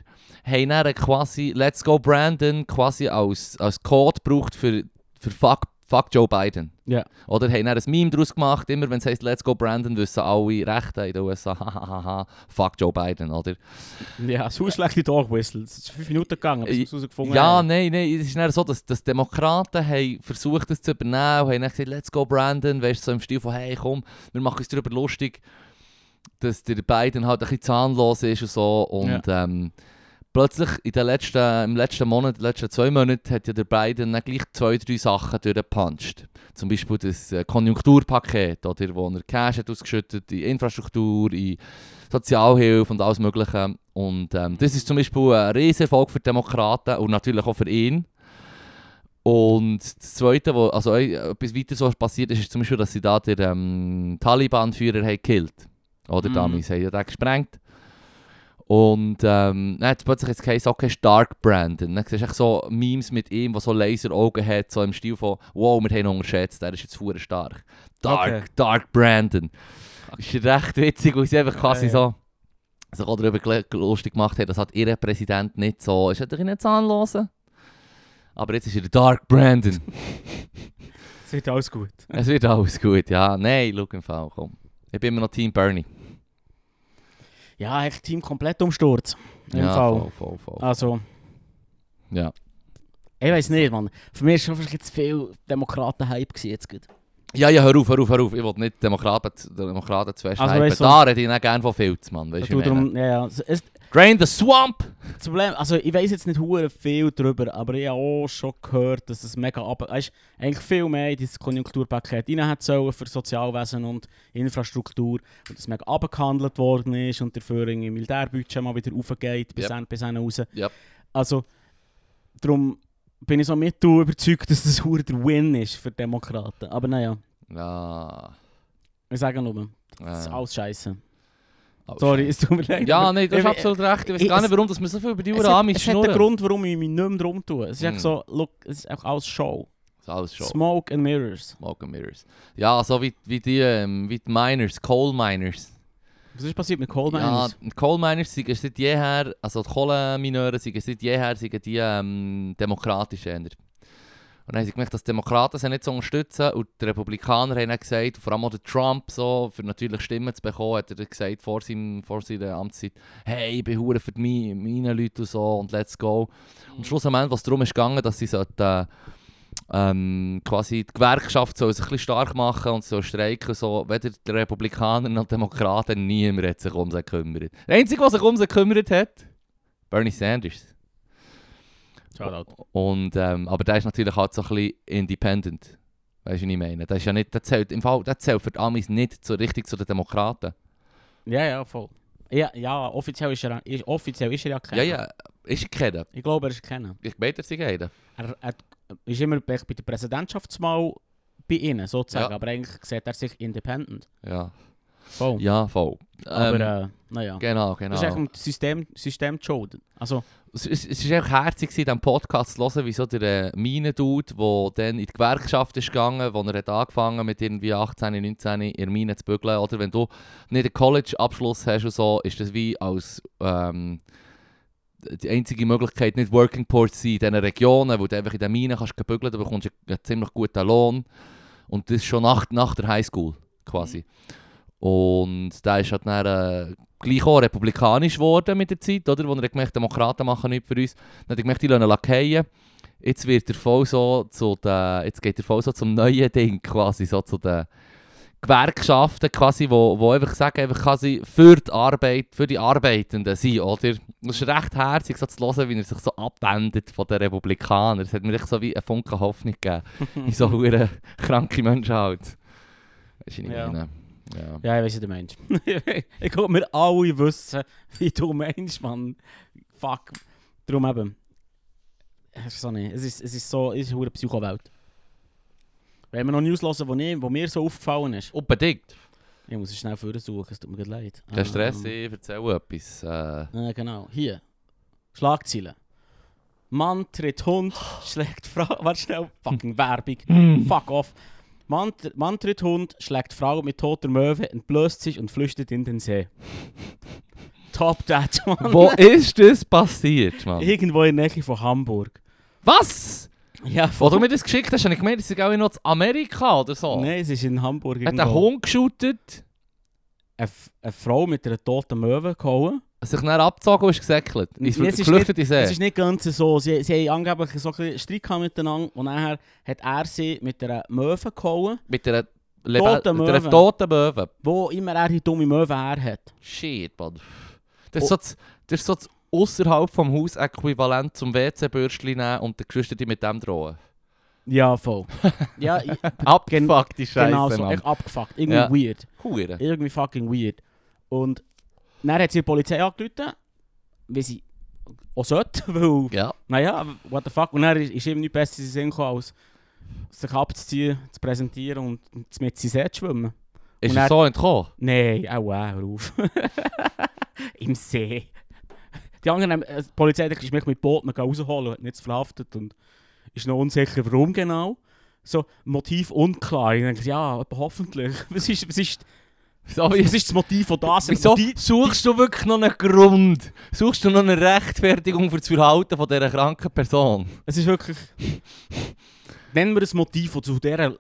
S2: haben dann quasi Let's Go Brandon quasi als, als Code gebraucht für, für fuck, fuck Joe Biden.
S1: Ja.
S2: Oder haben dann ein Meme daraus gemacht, immer wenn es heisst Let's Go Brandon, wissen alle Rechten in den USA, hahaha, fuck Joe Biden, oder?
S1: Ja, so schlechte Dogwhistle. Es ist fünf Minuten gegangen, bis wir es herausgefunden
S2: Äh, Ja,
S1: haben.
S2: nein, nein, es ist dann so, dass, dass Demokraten haben versucht, das zu übernehmen und haben dann gesagt, let's go Brandon, weißt du, so im Stil von, hey, komm, wir machen uns darüber lustig, dass der Biden halt ein bisschen zahnlos ist und so und ähm, plötzlich in den letzten, im letzten Monat, in den letzten zwei Monaten hat ja der Biden dann gleich zwei, drei Sachen durchgepuncht. Zum Beispiel das äh, Konjunkturpaket, oder, wo er Cash hat ausgeschüttet in Infrastruktur, in Sozialhilfe und alles Mögliche. Und ähm, das ist zum Beispiel ein Riesenerfolg für die Demokraten und natürlich auch für ihn. Und das Zweite, wo, also äh, etwas weiter so passiert ist, ist zum Beispiel, dass sie da den ähm, Taliban-Führer haben gekillt Oder
S1: Mhm.
S2: damals haben ja den gesprengt. Und ähm, dann hat es plötzlich jetzt geheißen, okay, Stark Brandon. Dann siehst du echt so Memes mit ihm, der so Laseraugen hat, so im Stil von «Wow, wir haben ihn unterschätzt, er ist jetzt verdammt stark.» Dark,
S1: Okay.
S2: Dark Brandon. Ist recht witzig, weil sie einfach quasi
S1: Ja,
S2: so sich auch darüber gel- lustig gemacht haben, dass halt ihr Präsident nicht so ist. Er hat ein zahnlosen. Aber jetzt ist er der Dark Brandon.
S1: Es wird alles gut.
S2: es wird alles gut, ja. Nein, schau im Fall, komm. Ich bin immer noch Team Bernie.
S1: Ja, echt Team komplett Umsturz. Im
S2: ja,
S1: Fall.
S2: voll, voll, voll.
S1: Also,
S2: Ja.
S1: ich weiß nicht, Mann. Für mich ist schon fast jetzt viel Demokraten-Hype gewesen jetzt gut.
S2: Ja, ja, hör auf, hör auf, hör auf. Ich will nicht Demokraten, zu- Demokraten zu fest
S1: Also,
S2: hypen.
S1: weißt du-
S2: Da rede ich nicht gerne von Filz, Mann. Weißt du,
S1: Du,
S2: ich meine.
S1: darum, um- ja, ja. Es- Es,
S2: Drain the swamp!
S1: das Problem, also ich weiß jetzt nicht hure viel darüber, aber ich habe auch schon gehört, dass es mega ab... Weißt, eigentlich viel mehr in dieses Konjunkturpaket rein hat sollen für Sozialwesen und Infrastruktur und dass mega abgehandelt worden ist und dafür im Militärbudget mal wieder aufgeht bis
S2: Yep.
S1: yep. bis hinten raus.
S2: Yep.
S1: Also, darum bin ich so mit du überzeugt, dass das hure der Win ist für Demokraten. Aber naja,
S2: Ja.
S1: ich sage nur, das ist
S2: ja.
S1: alles scheiße.
S2: Alles
S1: Sorry,
S2: Ah. scheiße.
S1: es tut mir leid.
S2: oh, Ja,
S1: aber-
S2: nein, du hast
S1: Ich-
S2: absolut recht. Ich weiß
S1: ich-
S2: gar
S1: es-
S2: nicht, warum dass wir so viel über die
S1: Es
S2: Uhr
S1: hat,
S2: an mich
S1: es hat einen
S2: schnurren.
S1: Grund, warum ich mich nicht mehr drum tue. Es ist
S2: Hm.
S1: echt so, look, es ist auch alles Show.
S2: Das ist alles schon.
S1: Smoke and Mirrors.
S2: Smoke and Mirrors. Ja, so wie, wie die ähm, wie die Miners, Coal Miners.
S1: Was ist passiert mit Coal Miners?
S2: Ja, die Coal Miners sind seit jeher, also die Kohleminöre sind seit jeher sind die ähm, demokratisch eher. Und dann haben sie gemerkt, dass die Demokraten sie nicht so unterstützen und die Republikaner haben dann gesagt, vor allem auch der Trump, so, für natürlich Stimmen zu bekommen, hat er dann gesagt vor, seinem, vor seiner Amtszeit, hey, ich bin hure für die Mi- meine Leute und so und let's go. Und schlussendlich, was darum ist gegangen, dass sie sollten, äh, ähm, quasi die Gewerkschaft soll sich ein bisschen stark machen und so streiken, so weder die Republikaner noch die Demokraten, niemand hat sich um sie gekümmert. Der Einzige, der sich um sie gekümmert hat, Bernie Sanders.
S1: Shoutout.
S2: Und, ähm, aber der ist natürlich halt so ein bisschen independent. Weißt du, was ich meine? Der, ist ja nicht, der, zählt, im Fall, der zählt für die Amis nicht so richtig zu den Demokraten.
S1: Ja, ja, voll. Ja, ja offiziell, ist er, ist, offiziell ist er ja keiner.
S2: Ja, ja, ist er keiner.
S1: Ich glaube, er ist keiner.
S2: Ich bete, sie gehen.
S1: Er, er ist immer bei bei der Präsidentschaftswahl bei ihnen, sozusagen.
S2: Ja.
S1: Aber eigentlich sieht er sich independent.
S2: Ja,
S1: Voll.
S2: ja nou. voll.
S1: Aber,
S2: Ähm,
S1: äh, naja.
S2: Genau,
S1: Das ist echt
S2: genau.
S1: dem System, System zu schulden. Also,
S2: Es es- es war echt herzig, gewesen, diesen Podcast zu hören, wie so der äh, Minen-Dude, der dann in die Gewerkschaft ist gegangen, wo er hat angefangen mit irgendwie 18, 19 in der Mine zu bügeln. Oder wenn du nicht einen College-Abschluss hast und so, ist das wie als ähm, die einzige Möglichkeit, nicht Working Poor zu sein in diesen Regionen, wo du einfach in den Minen kannst gebügeln, da bekommst du einen ziemlich guten Lohn. Und das schon nach, nach der Highschool quasi. Und da ist halt dann äh, gleich auch republikanisch geworden mit der Zeit, oder? Wo er hat gemerkt Demokraten machen nichts für uns. Dann hat er gemerkt, die lassen ihn fallen. Jetzt wird er voll so zu den, jetzt geht er voll so zum neuen Ding quasi, so zu den Gewerkschaften quasi, wo, wo einfach sagen, einfach quasi für die Arbeit, für die Arbeitenden sind, oder? Es ist recht herzig so zu hören, wie er sich so abwendet von den Republikanern. Es hat mir echt so wie einen Funken Hoffnung gegeben. in so hure kranke Menschen halt. Weisst du, was ich
S1: Ja.
S2: meine? Ja.
S1: ja, ich weiß, wie du meinst. ich glaube, wir alle wissen, wie du meinst, Mann. Fuck. Darum eben. Ich weiß auch nicht. Es ist, es ist so, es ist eine Psycho-Welt. Wenn wir noch News hören, wo, nie- wo mir so aufgefallen ist.
S2: Unbedingt.
S1: Ich muss es schnell vorher suchen, es tut mir grad leid.
S2: Kein Stress,
S1: Ähm,
S2: ich erzähle etwas. Äh,
S1: äh, genau, hier. Schlagzeilen. Mann tritt Hund, schlägt Frau. Warte schnell, fucking Werbung.
S2: Mm.
S1: Fuck off. Mann, tr- Mann tritt Hund, schlägt Frau mit toter Möwe, entblößt sich und flüchtet in den See. Top Dad, Mann.
S2: wo ist das passiert, Mann?
S1: Irgendwo in der Nähe von Hamburg.
S2: Was?
S1: Ja,
S2: Wo du mir das geschickt hast, habe ich gemeint, das ist auch noch in Amerika oder so.
S1: Nein, es ist in Hamburg.
S2: Hat ein Hund geshootet,
S1: Eine, F- eine Frau mit einer toten Möwe geholen.
S2: sich dann abgezogen und ist gesäckelt. Ist
S1: Nee, es ist
S2: geflüchtet in
S1: Es
S2: See.
S1: ist nicht ganz so. Sie, sie haben angeblich so ein bisschen Streit gehabt miteinander und nachher hat er sie mit einer Möwe gehauen,
S2: Mit einer, lebe-
S1: Toten
S2: mit einer
S1: Möwe.
S2: toten Möwe.
S1: wo immer er die dumme Möwe her hat.
S2: Shit, Mann. Das
S1: Oh.
S2: ist so das, das, ist so das außerhalb vom Haus äquivalent zum WC-Bürstchen nehmen und den Geschwister mit dem drohen.
S1: Ja, voll. ja, i-
S2: Abgefuckt die Scheiße,
S1: genau so.
S2: Mann.
S1: Echt abgefuckt. Irgendwie
S2: Ja.
S1: weird.
S2: Hure.
S1: Irgendwie fucking weird. Und dann hat sie die Polizei angerufen, wie sie auch sollte, weil,
S2: Ja.
S1: naja, what the fuck. Und dann ist, ist eben nichts Besseres in den Sinn gekommen, als sich abzuziehen, zu präsentieren und mit sie zu schwimmen.
S2: Ist
S1: Und
S2: er
S1: er-
S2: so entkommen?
S1: Nein, auch wow, hör auf. Im See. Die anderen haben, äh, die Polizei hat gesagt, ist mich mit Booten rausholen, hat nichts verhaftet und ist noch unsicher, warum genau. So, Motiv unklar. Ich denke, ja, aber hoffentlich. Was ist, was ist,
S2: So wie-
S1: Was ist das Motiv von das?
S2: Oh, Wieso
S1: Die-
S2: suchst du wirklich noch einen Grund? Suchst du noch eine Rechtfertigung für das Verhalten von dieser kranken Person?
S1: Es ist wirklich... Nennen wir ein Motiv, das zu dieser L-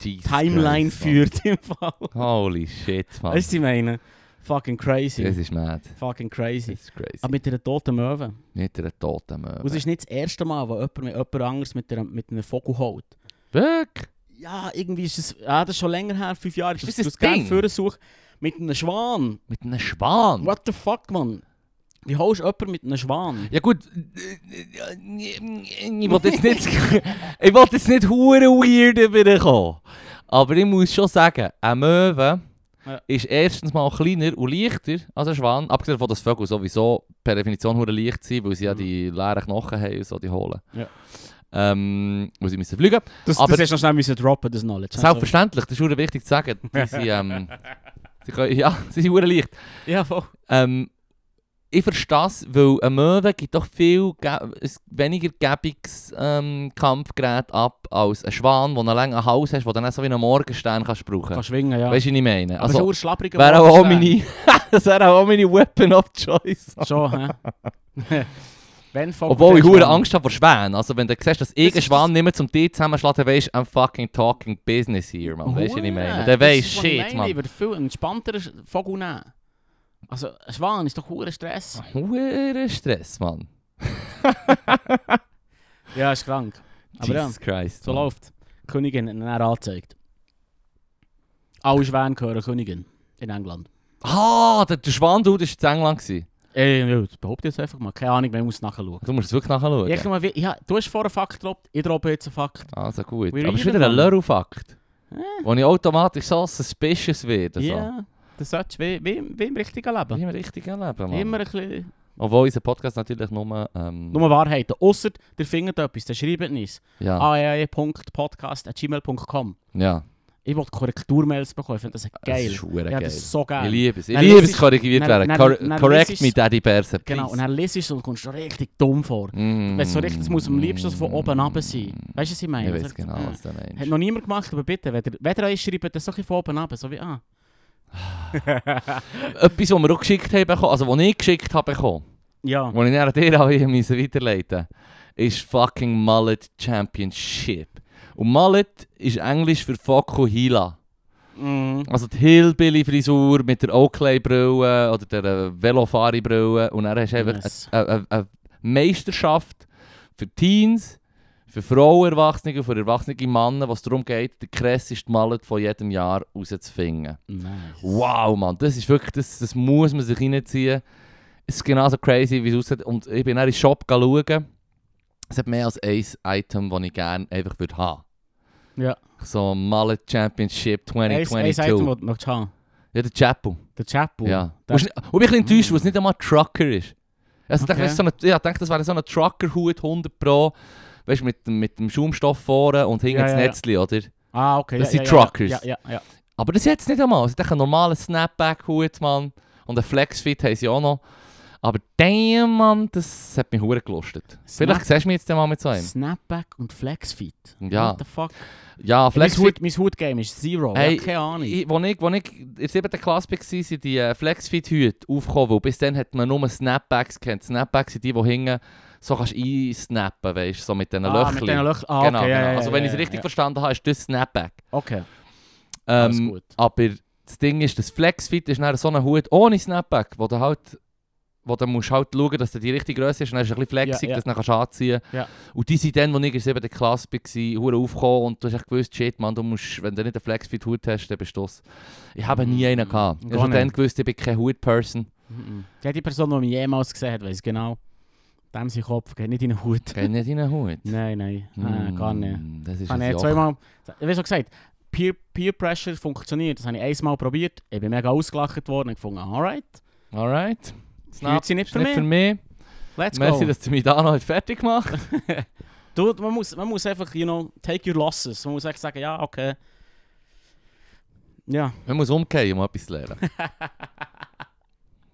S2: Jesus
S1: Timeline
S2: Christ, Mann.
S1: führt im Fall.
S2: Holy shit, Mann.
S1: Weißt du, was ich meine? Fucking crazy.
S2: Das ist mad.
S1: Fucking
S2: Das
S1: crazy.
S2: ist crazy.
S1: Aber mit einer toten Möwe.
S2: Nicht einer toten
S1: Und es
S2: Möwe.
S1: ist nicht das erste Mal, wo jemand, mit jemand anderes mit, einer, mit einem Vogel holt.
S2: Wirklich?
S1: Ja, irgendwie ist es... Ah, das ist schon länger her, fünf Jahre. Ich
S2: Ist
S1: würde
S2: das
S1: es
S2: ein
S1: gerne
S2: Ding?
S1: vorher suchen. Mit einem Schwan.
S2: Mit einem Schwan?
S1: What the fuck, man? Wie holst du jemanden mit einem Schwan?
S2: Ja gut, äh, äh, ich wollte jetzt nicht, ich wollte jetzt nicht hure weird überkommen. Aber ich muss schon sagen, ein Möwe
S1: Ja.
S2: ist erstens mal kleiner und leichter als ein Schwan. Abgesehen davon, dass Vögel sowieso per Definition hure leicht sind, weil sie ja
S1: Mhm.
S2: die leeren Knochen haben und so, die holen.
S1: Ja.
S2: Ähm, weil sie müssen fliegen.
S1: Das,
S2: Aber-
S1: das hast du noch schnell müssen droppen, das Knowledge.
S2: Selbstverständlich, das ist hure wichtig zu sagen. Die sind, ähm, sie können, ja, sie sind hure leicht.
S1: Ja, voll.
S2: Ähm, ich verstehe es, weil ein Möwe gibt doch viel ge- ein weniger gäbiges ähm, Kampfgerät ab als ein Schwan, wo einen langen Hals hast, wo du dann so wie einen Morgenstern kannst brauchen
S1: Kann
S2: kannst.
S1: schwingen, ja.
S2: Weißt du, was ich meine?
S1: Aber also,
S2: Also,
S1: so schlapprig
S2: wäre auch meine, das wäre auch meine Weapon of Choice.
S1: Schon, hä? Wenn Vogel-
S2: Obwohl ich
S1: Schwan.
S2: hure Angst habe vor Schwänen. Also, wenn du siehst, dass
S1: Das
S2: irgendein
S1: ist-
S2: Schwan nicht mehr zum Tier zusammenschlägt, dann weisst du, I'm fucking talking business here, man. Weißt du, was ich meine?
S1: Hure,
S2: Dann
S1: das
S2: weisst
S1: ist,
S2: du,
S1: was ich
S2: shit,
S1: meine. Ich
S2: man.
S1: würde viel entspannter Vogel nehmen. Also, ein Schwan ist doch hoher Stress.
S2: Hure Stress, man.
S1: Ja, ist krank. Aber ja,
S2: Jesus Christ.
S1: so
S2: Mann.
S1: läuft. Die Königin hat ihn dann angezeigt. Alle Schwäne gehören Königin in England.
S2: Ah, der, der Schwan-Dude war in England. Gewesen.
S1: Ey, ja, das behaupte ich jetzt einfach mal. Keine Ahnung, man muss nachschauen.
S2: Du musst es wirklich nachschauen.
S1: Ich mal, wie- ja, du hast vorher einen Fakt gedroppt, ich droppe jetzt einen Fakt.
S2: Also gut.
S1: Wir
S2: Aber es ist
S1: reden
S2: wieder ein
S1: dran.
S2: Lörl-Fakt. Wo ich automatisch so suspicious werde. So.
S1: Ja, das solltest du wie, wie, wie im richtigen
S2: Wie
S1: Leben.
S2: im richtigen Leben, Mann.
S1: Immer ein bisschen...
S2: Obwohl unser Podcast natürlich nur... Ähm,
S1: Nur Wahrheiten. Außer ihr findet etwas, dann schreibt uns. E
S2: Ja.
S1: aae.podcast.gmail.com
S2: ja.
S1: Ich will Korrekturmails bekommen, ich finde das geil.
S2: Das ist verdammt
S1: ja,
S2: geil.
S1: das ist so
S2: Ich
S1: geil.
S2: liebe es. Ich
S1: Dann
S2: liebe
S1: liest
S2: es,
S1: es-
S2: korrigiert
S1: dann-
S2: werden.
S1: dann-
S2: Cor
S1: dann
S2: correct
S1: liest
S2: me,
S1: es-
S2: Daddy Berse.
S1: Genau, und dann liest du es und kommst du richtig dumm vor.
S2: Mm.
S1: Wenn es so richtig es muss, am liebsten von oben runter sein. Weißt du, was ich meine?
S2: Ich
S1: Also,
S2: weiß genau,
S1: äh,
S2: was du
S1: Hat
S2: meinst.
S1: noch niemand gemacht, aber bitte, wenn ihr, wenn ihr euch schreibt, dann so ein bisschen von oben runter, so wie, ah.
S2: Etwas, was wir auch geschickt haben bekommen, also was ich geschickt habe bekommen,
S1: Ja.
S2: Wo ich nach dir auch hier müssen weiterleiten ist fucking Mullet Championship. Und Mullet ist Englisch für Fokuhila.
S1: Mm.
S2: Also die Hillbilly-Frisur mit der Oakley-Brille oder der äh, Velofari-Brille. Und dann hast du einfach
S1: Nice.
S2: eine, eine, eine Meisterschaft für Teens, für Frauen, Erwachsene, und für erwachsene Männer, was darum geht, den krassesten Mullet von jedem Jahr rauszufinden.
S1: Nice.
S2: Wow, Mann, das ist wirklich, das, das muss man sich reinziehen. Es ist genauso crazy, wie es aussieht. Und ich bin dann in den Shop schauen. Es hat mehr als ein Item, das ich gerne einfach würde haben.
S1: Ja.
S2: So Mallet Championship
S1: Eins,
S2: 2022.
S1: eins Item, das du möchtest haben.
S2: ja, der Chapel.
S1: Der Chapel.
S2: Ja.
S1: der-
S2: Und ich bin ein bisschen enttäuscht, weil es nicht einmal ein Trucker ist. Also ich, dachte,
S1: Okay.
S2: weisst du, so eine, ja, ich dachte, das wäre so ein Trucker-Hut, 100 Pro. Weißt du, mit, dem- mit dem Schaumstoff vorne und hinten
S1: Ja,
S2: das
S1: ja, ja.
S2: Netzli, oder?
S1: Ah, okay.
S2: Das
S1: ja,
S2: sind
S1: ja, ja,
S2: Truckers.
S1: Ja, ja, ja.
S2: Aber das jetzt nicht einmal. Sie haben einen normalen Snapback-Hut, Mann. Und einen Flexfit haben sie auch noch. Aber damn, Mann, das hat mich hure gelustet. Vielleicht siehst du mich jetzt dann mal mit so einem.
S1: Snapback und Flexfeed.
S2: Ja.
S1: What the fuck?
S2: Ja,
S1: Mein
S2: Flexfit.
S1: Hood- mein Hood-Game ist Zero.
S2: Hey,
S1: ja, keine Ahnung.
S2: Ich, wo, ich, wo ich in der 7. Klasse war, sind die äh, Flexfit-Hüte aufgekommen, weil bis dann hat man nur Snapbacks kennt. Snapbacks sind die, die hingen so kannst du einsnappen, weißt du, so mit diesen
S1: ah,
S2: Löchchen.
S1: mit diesen Löchern. Ah, okay,
S2: genau,
S1: ja, ja,
S2: genau.
S1: ja,
S2: Also wenn
S1: ja,
S2: ich es richtig
S1: ja.
S2: verstanden habe, ist das Snapback.
S1: Okay, alles
S2: Ähm,
S1: gut.
S2: Aber das Ding ist, das Flexfit ist dann so ein Hut ohne Snapback, wo du halt wo du musst halt schauen, dass du die richtige Größe hast, und dann ist es ein bisschen flexig,
S1: Ja, ja.
S2: dass du dann kannst anziehen
S1: Ja.
S2: Und die sind dann, als ich in der 7. Klasse war, hure aufgekommen und du hast echt gewusst, shit, man, du musst, wenn du nicht einen Flexfit-Hut hast, dann bist du das. Ich habe nie einen gehabt. Ich
S1: Mm, Gar
S2: habe dann
S1: nicht.
S2: gewusst, ich bin kein Hut-Person.
S1: Mhm. Ja, die Person, die mich jemals gesehen hat, weiß genau. Dem sein Kopf geht nicht in den Hut.
S2: Geh nicht in einen Hut.
S1: Nein, nein, nein,
S2: Mm,
S1: gar nicht.
S2: Das ist
S1: Ich habe
S2: ein
S1: ja
S2: Joch.
S1: zweimal, wie schon gesagt, Peer, Peer Pressure funktioniert. Das habe ich einmal probiert. Ich bin mega ausgelacht worden und gefunden, alright,
S2: Alright.
S1: fühlt sich nicht
S2: Ist
S1: für
S2: nicht für
S1: mich.
S2: mich.
S1: Let's
S2: Merci,
S1: go.
S2: dass du mich da noch fertig gemacht hast.
S1: Du, man, muss, man muss einfach, you know, take your losses. Man muss echt sagen, ja, okay. Ja,
S2: Man muss umgehen, um etwas zu lernen.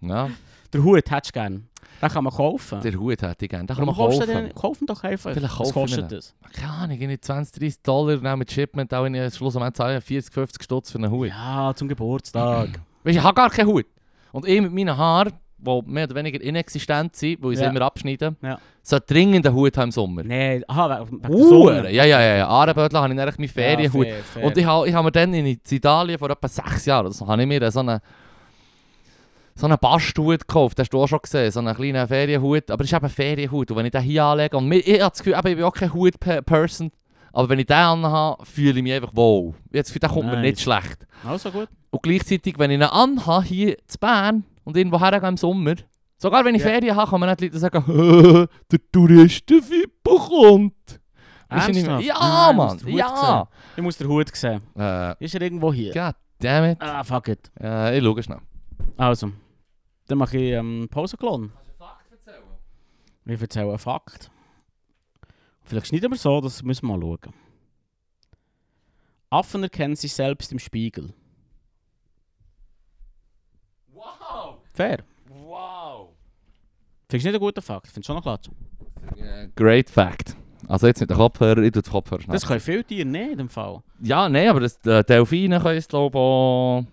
S2: ja.
S1: Der Hut hättest du gern. Den kann man kaufen.
S2: Der Hut hätte ich gerne. Den kann
S1: Ah. Warum
S2: man
S1: kaufst du den
S2: kaufen.
S1: nicht? Kauf ihn doch einfach.
S2: Vielleicht
S1: Was
S2: kaufe ich ihn.
S1: kostet das?
S2: Keine Ahnung, irgendwie 20, 30 Dollar und dann mit Shipment auch in Schluss am Ende zahlen 40, 50 Stutz für einen Hut.
S1: Ja, zum Geburtstag.
S2: Weißt du, ich habe gar keinen Hut. Und ich mit meinen Haaren, die mehr oder weniger inexistent sind, weil ich sie
S1: Ja.
S2: immer abschneide,
S1: Ja.
S2: sollte dringend einen Hut haben im Sommer.
S1: Nein, aha, wegen wegen der
S2: Huren!
S1: Sonne.
S2: Ja, ja, ja. ja. Ahrenbödel habe ich nämlich meine Ferienhut.
S1: fair, fair.
S2: Und ich habe ich hab mir dann in Italien vor etwa sechs Jahren oder so, habe ich mir so einen so einen Bastelhut gekauft, hast du auch schon gesehen, so einen kleinen Ferienhut, aber es ist eben ein Ferienhut und wenn ich den hier anlege, und mir, ich habe das Gefühl, eben, ich bin auch kein Hut-Person, aber wenn ich den anhabe, fühle ich mich einfach wohl. Jetzt für den kommt mir nicht
S1: Nice.
S2: schlecht.
S1: Also gut.
S2: Und gleichzeitig, wenn ich ihn anhabe, hier zu Bern und irgendwo hergehe im Sommer, sogar wenn ich
S1: Ja.
S2: Ferien habe, kann man nicht Leute sagen, der Touristenfippo kommt. Weisst du, ich nehme-
S1: Ernsthaft?
S2: Ja,
S1: Nein,
S2: Mann,
S1: ich muss den Hut sehen. Ich muss den Hut
S2: ja.
S1: sehen.
S2: Äh,
S1: Ist er irgendwo hier?
S2: God damn it.
S1: Ah, fuck it.
S2: Äh, ich schaue schnell.
S1: Also, dann mache ich ähm, Pausenklon. Wir erzählen einen Fakt. Vielleicht schneiden wir so, das müssen wir mal schauen. Affen erkennen sich selbst im Spiegel.
S2: Wow!
S1: Fair.
S2: Wow!
S1: Findest du nicht einen guten Fakt? Findest du schon noch klatschen?
S2: Great fact. Also jetzt mit den Kopfhörer, ich tue den Kopfhörer schnell.
S1: Das können viele Tiere nicht in dem Fall.
S2: ja, nein, aber das, äh, Delfine können es, glaube ich, auch...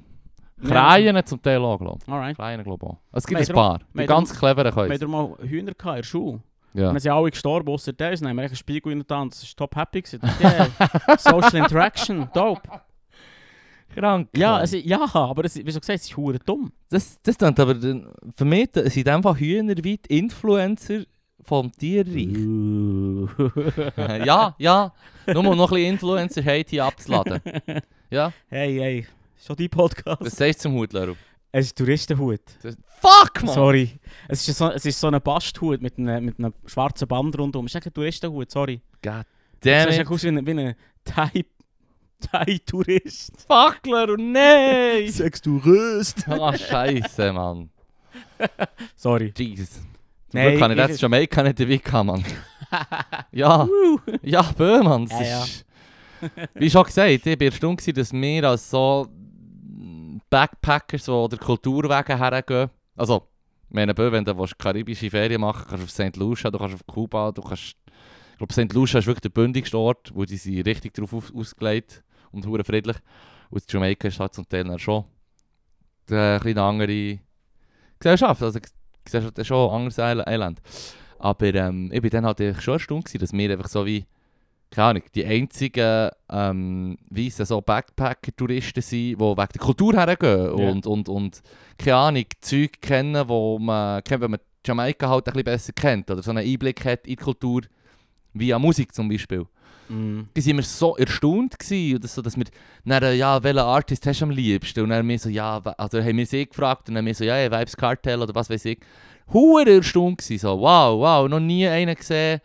S1: Ja.
S2: Kreien zum Teil auch, glaube ich.
S1: Alright.
S2: Kreien, glaube ich auch. Es gibt
S1: Wir
S2: ein
S1: haben
S2: paar. Die
S1: wir
S2: ganz cleveren
S1: Wir
S2: können es.
S1: hatten mal Hühner gehabt in der Schule.
S2: Ja.
S1: Wir sind alle gestorben, außer der. Dann haben wir echt einen Spiegel in der Hand. Das war top happy. gewesen. Yeah. Social Interaction. Dope.
S2: Krank.
S1: Ja, es, ja aber es, wie schon gesagt, es ist hure dumm.
S2: Das, das klingt aber dann- für mich sind in dem Fall Hühner weit Influencer vom Tierreich. ja, ja. Nur um noch ein bisschen Influencer-Hate hier abzuladen. Ja,
S1: hey, hey. Schon dein Podcast.
S2: das sagst du zum Hut, Leru.
S1: es ist ein Touristenhut.
S2: Das- Fuck, man!
S1: Sorry. Es ist so, es ist so ein Basthut mit einem, mit einem schwarzen Band rundum. Es ist kein Touristenhut, sorry.
S2: God
S1: Es
S2: damn
S1: ist
S2: it.
S1: echt aus wie ein, wie ein Thai, Thai-Tourist.
S2: Fuck, Leru, nein!
S1: Sextourist.
S2: Ah, scheiße, Mann.
S1: Sorry.
S2: Jesus. Zum
S1: Nein,
S2: Glück kann ich
S1: ich-
S2: letztes Jamaika nicht dabei Mann. ja, ja, böh, Mann. das
S1: Ja, ja.
S2: ist- Wie schon gesagt, ich war erstaunt, gewesen, dass wir als so Backpackers, die der Kultur wegen hergehen, also, ich meine, böh, wenn du willst, karibische Ferien machen kannst, du auf St. Lucia, du kannst auf Kuba, du kannst... Ich glaube, St. Lucia ist wirklich der bündigste Ort, wo die sind richtig drauf aus- ausgelegt und hure friedlich. Und in Jamaika ist halt zum Teil dann schon äh, ein bisschen eine andere Gesellschaft. Also, siehst du, das ist schon ein anderes Eil- Island. Aber ähm, ich bin dann halt eigentlich schon erstaunt, gewesen, dass wir einfach so wie, keine Ahnung, die einzigen ähm, weissen so Backpacker-Touristen sind, die wegen der Kultur hergehen
S1: Ja.
S2: und, und, und, keine Ahnung, Zeug kennen, wo man, kennt, wenn man Jamaika halt ein bisschen besser kennt oder so einen Einblick hat in die Kultur, via Musik zum Beispiel.
S1: Mm.
S2: Da waren wir so erstaunt, gewesen, oder so, dass wir dann, äh, ja, welchen Artist hast du am liebsten? Und dann haben wir so, ja, we- also haben wir sie gefragt und dann haben wir so, ja, ja Vibes Cartel oder was weiß ich. Hure erstaunt gewesen, so, wow, wow, noch nie einen gesehen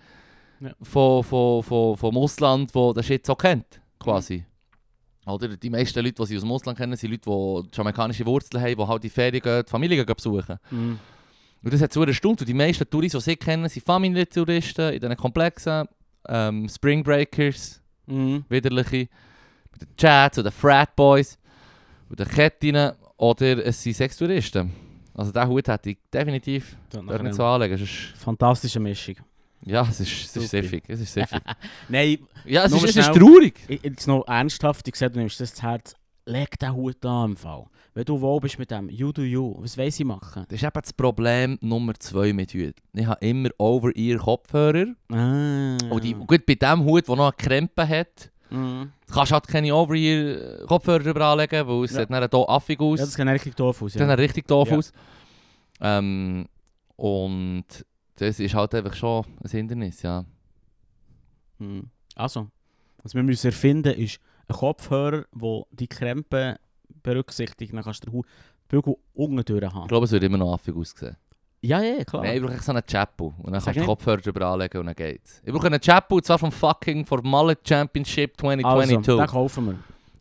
S1: Ja.
S2: von, von, von, vom Ausland, der das jetzt so kennt, quasi. Oder die meisten Leute, die sie aus dem Ausland kennen, sind Leute, die jamaikanische Wurzeln haben, die halt in die Ferien gehen, die Familie gehen besuchen.
S1: Mm.
S2: Und das hat so eine Stunde. Und die meisten Touristen, die ich kenne, sind Familientouristen in diesen Komplexen, ähm, Spring Breakers,
S1: Mm.
S2: widerliche, mit den Chats oder Frat Boys, mit den Ketten oder es sind Sextouristen. Also diesen Hut hätte ich definitiv
S1: Das
S2: dort nicht
S1: nachher-
S2: so anlegen. Es ist,
S1: Fantastische Mischung.
S2: Dus, ja, es ist, es ist
S1: Super.
S2: siffig. Es ist siffig.
S1: Nein,
S2: Ja, es
S1: Nur
S2: ist, es ist
S1: schnell-
S2: traurig.
S1: ich- jetzt noch ernsthaft, ich sehe, du nimmst das zu Herz. Leg den Hut an im Fall. Wenn du wohl bist mit dem, you do you. Was weiss ich machen?
S2: Das ist eben das Problem Nummer zwei mit Hüten. Ich habe immer Over-Ear-Kopfhörer.
S1: Ah.
S2: Und die, gut, bei dem Hut, der noch eine Krempe hat,
S1: Mm.
S2: kannst du halt keine Over-Ear-Kopfhörer drüber anlegen, weil es
S1: Ja.
S2: ja. dann hier affig aus.
S1: Ja, das sieht eigentlich doof aus.
S2: Ja. Dann
S1: Ja.
S2: richtig doof
S1: Ja.
S2: aus. Ähm, und das ist halt einfach schon ein Hindernis, ja.
S1: Mhm. Also, was wir müssen erfinden ist ein Kopfhörer, wo die Krempe berücksichtigt. Dann kannst du den Hu- Bügel unten durch
S2: Ich
S1: haben.
S2: glaube, es würde immer noch affig aussehen.
S1: Ja, ja, klar.
S2: Nein, ich brauche echt so einen Chapel. Und dann
S1: Sag
S2: kannst du
S1: nicht.
S2: Kopfhörer drüber anlegen und dann geht's. Ich brauche einen Chapel, und zwar vom fucking Formale Championship
S1: also,
S2: 2022.
S1: den
S2: Also,
S1: kaufen wir.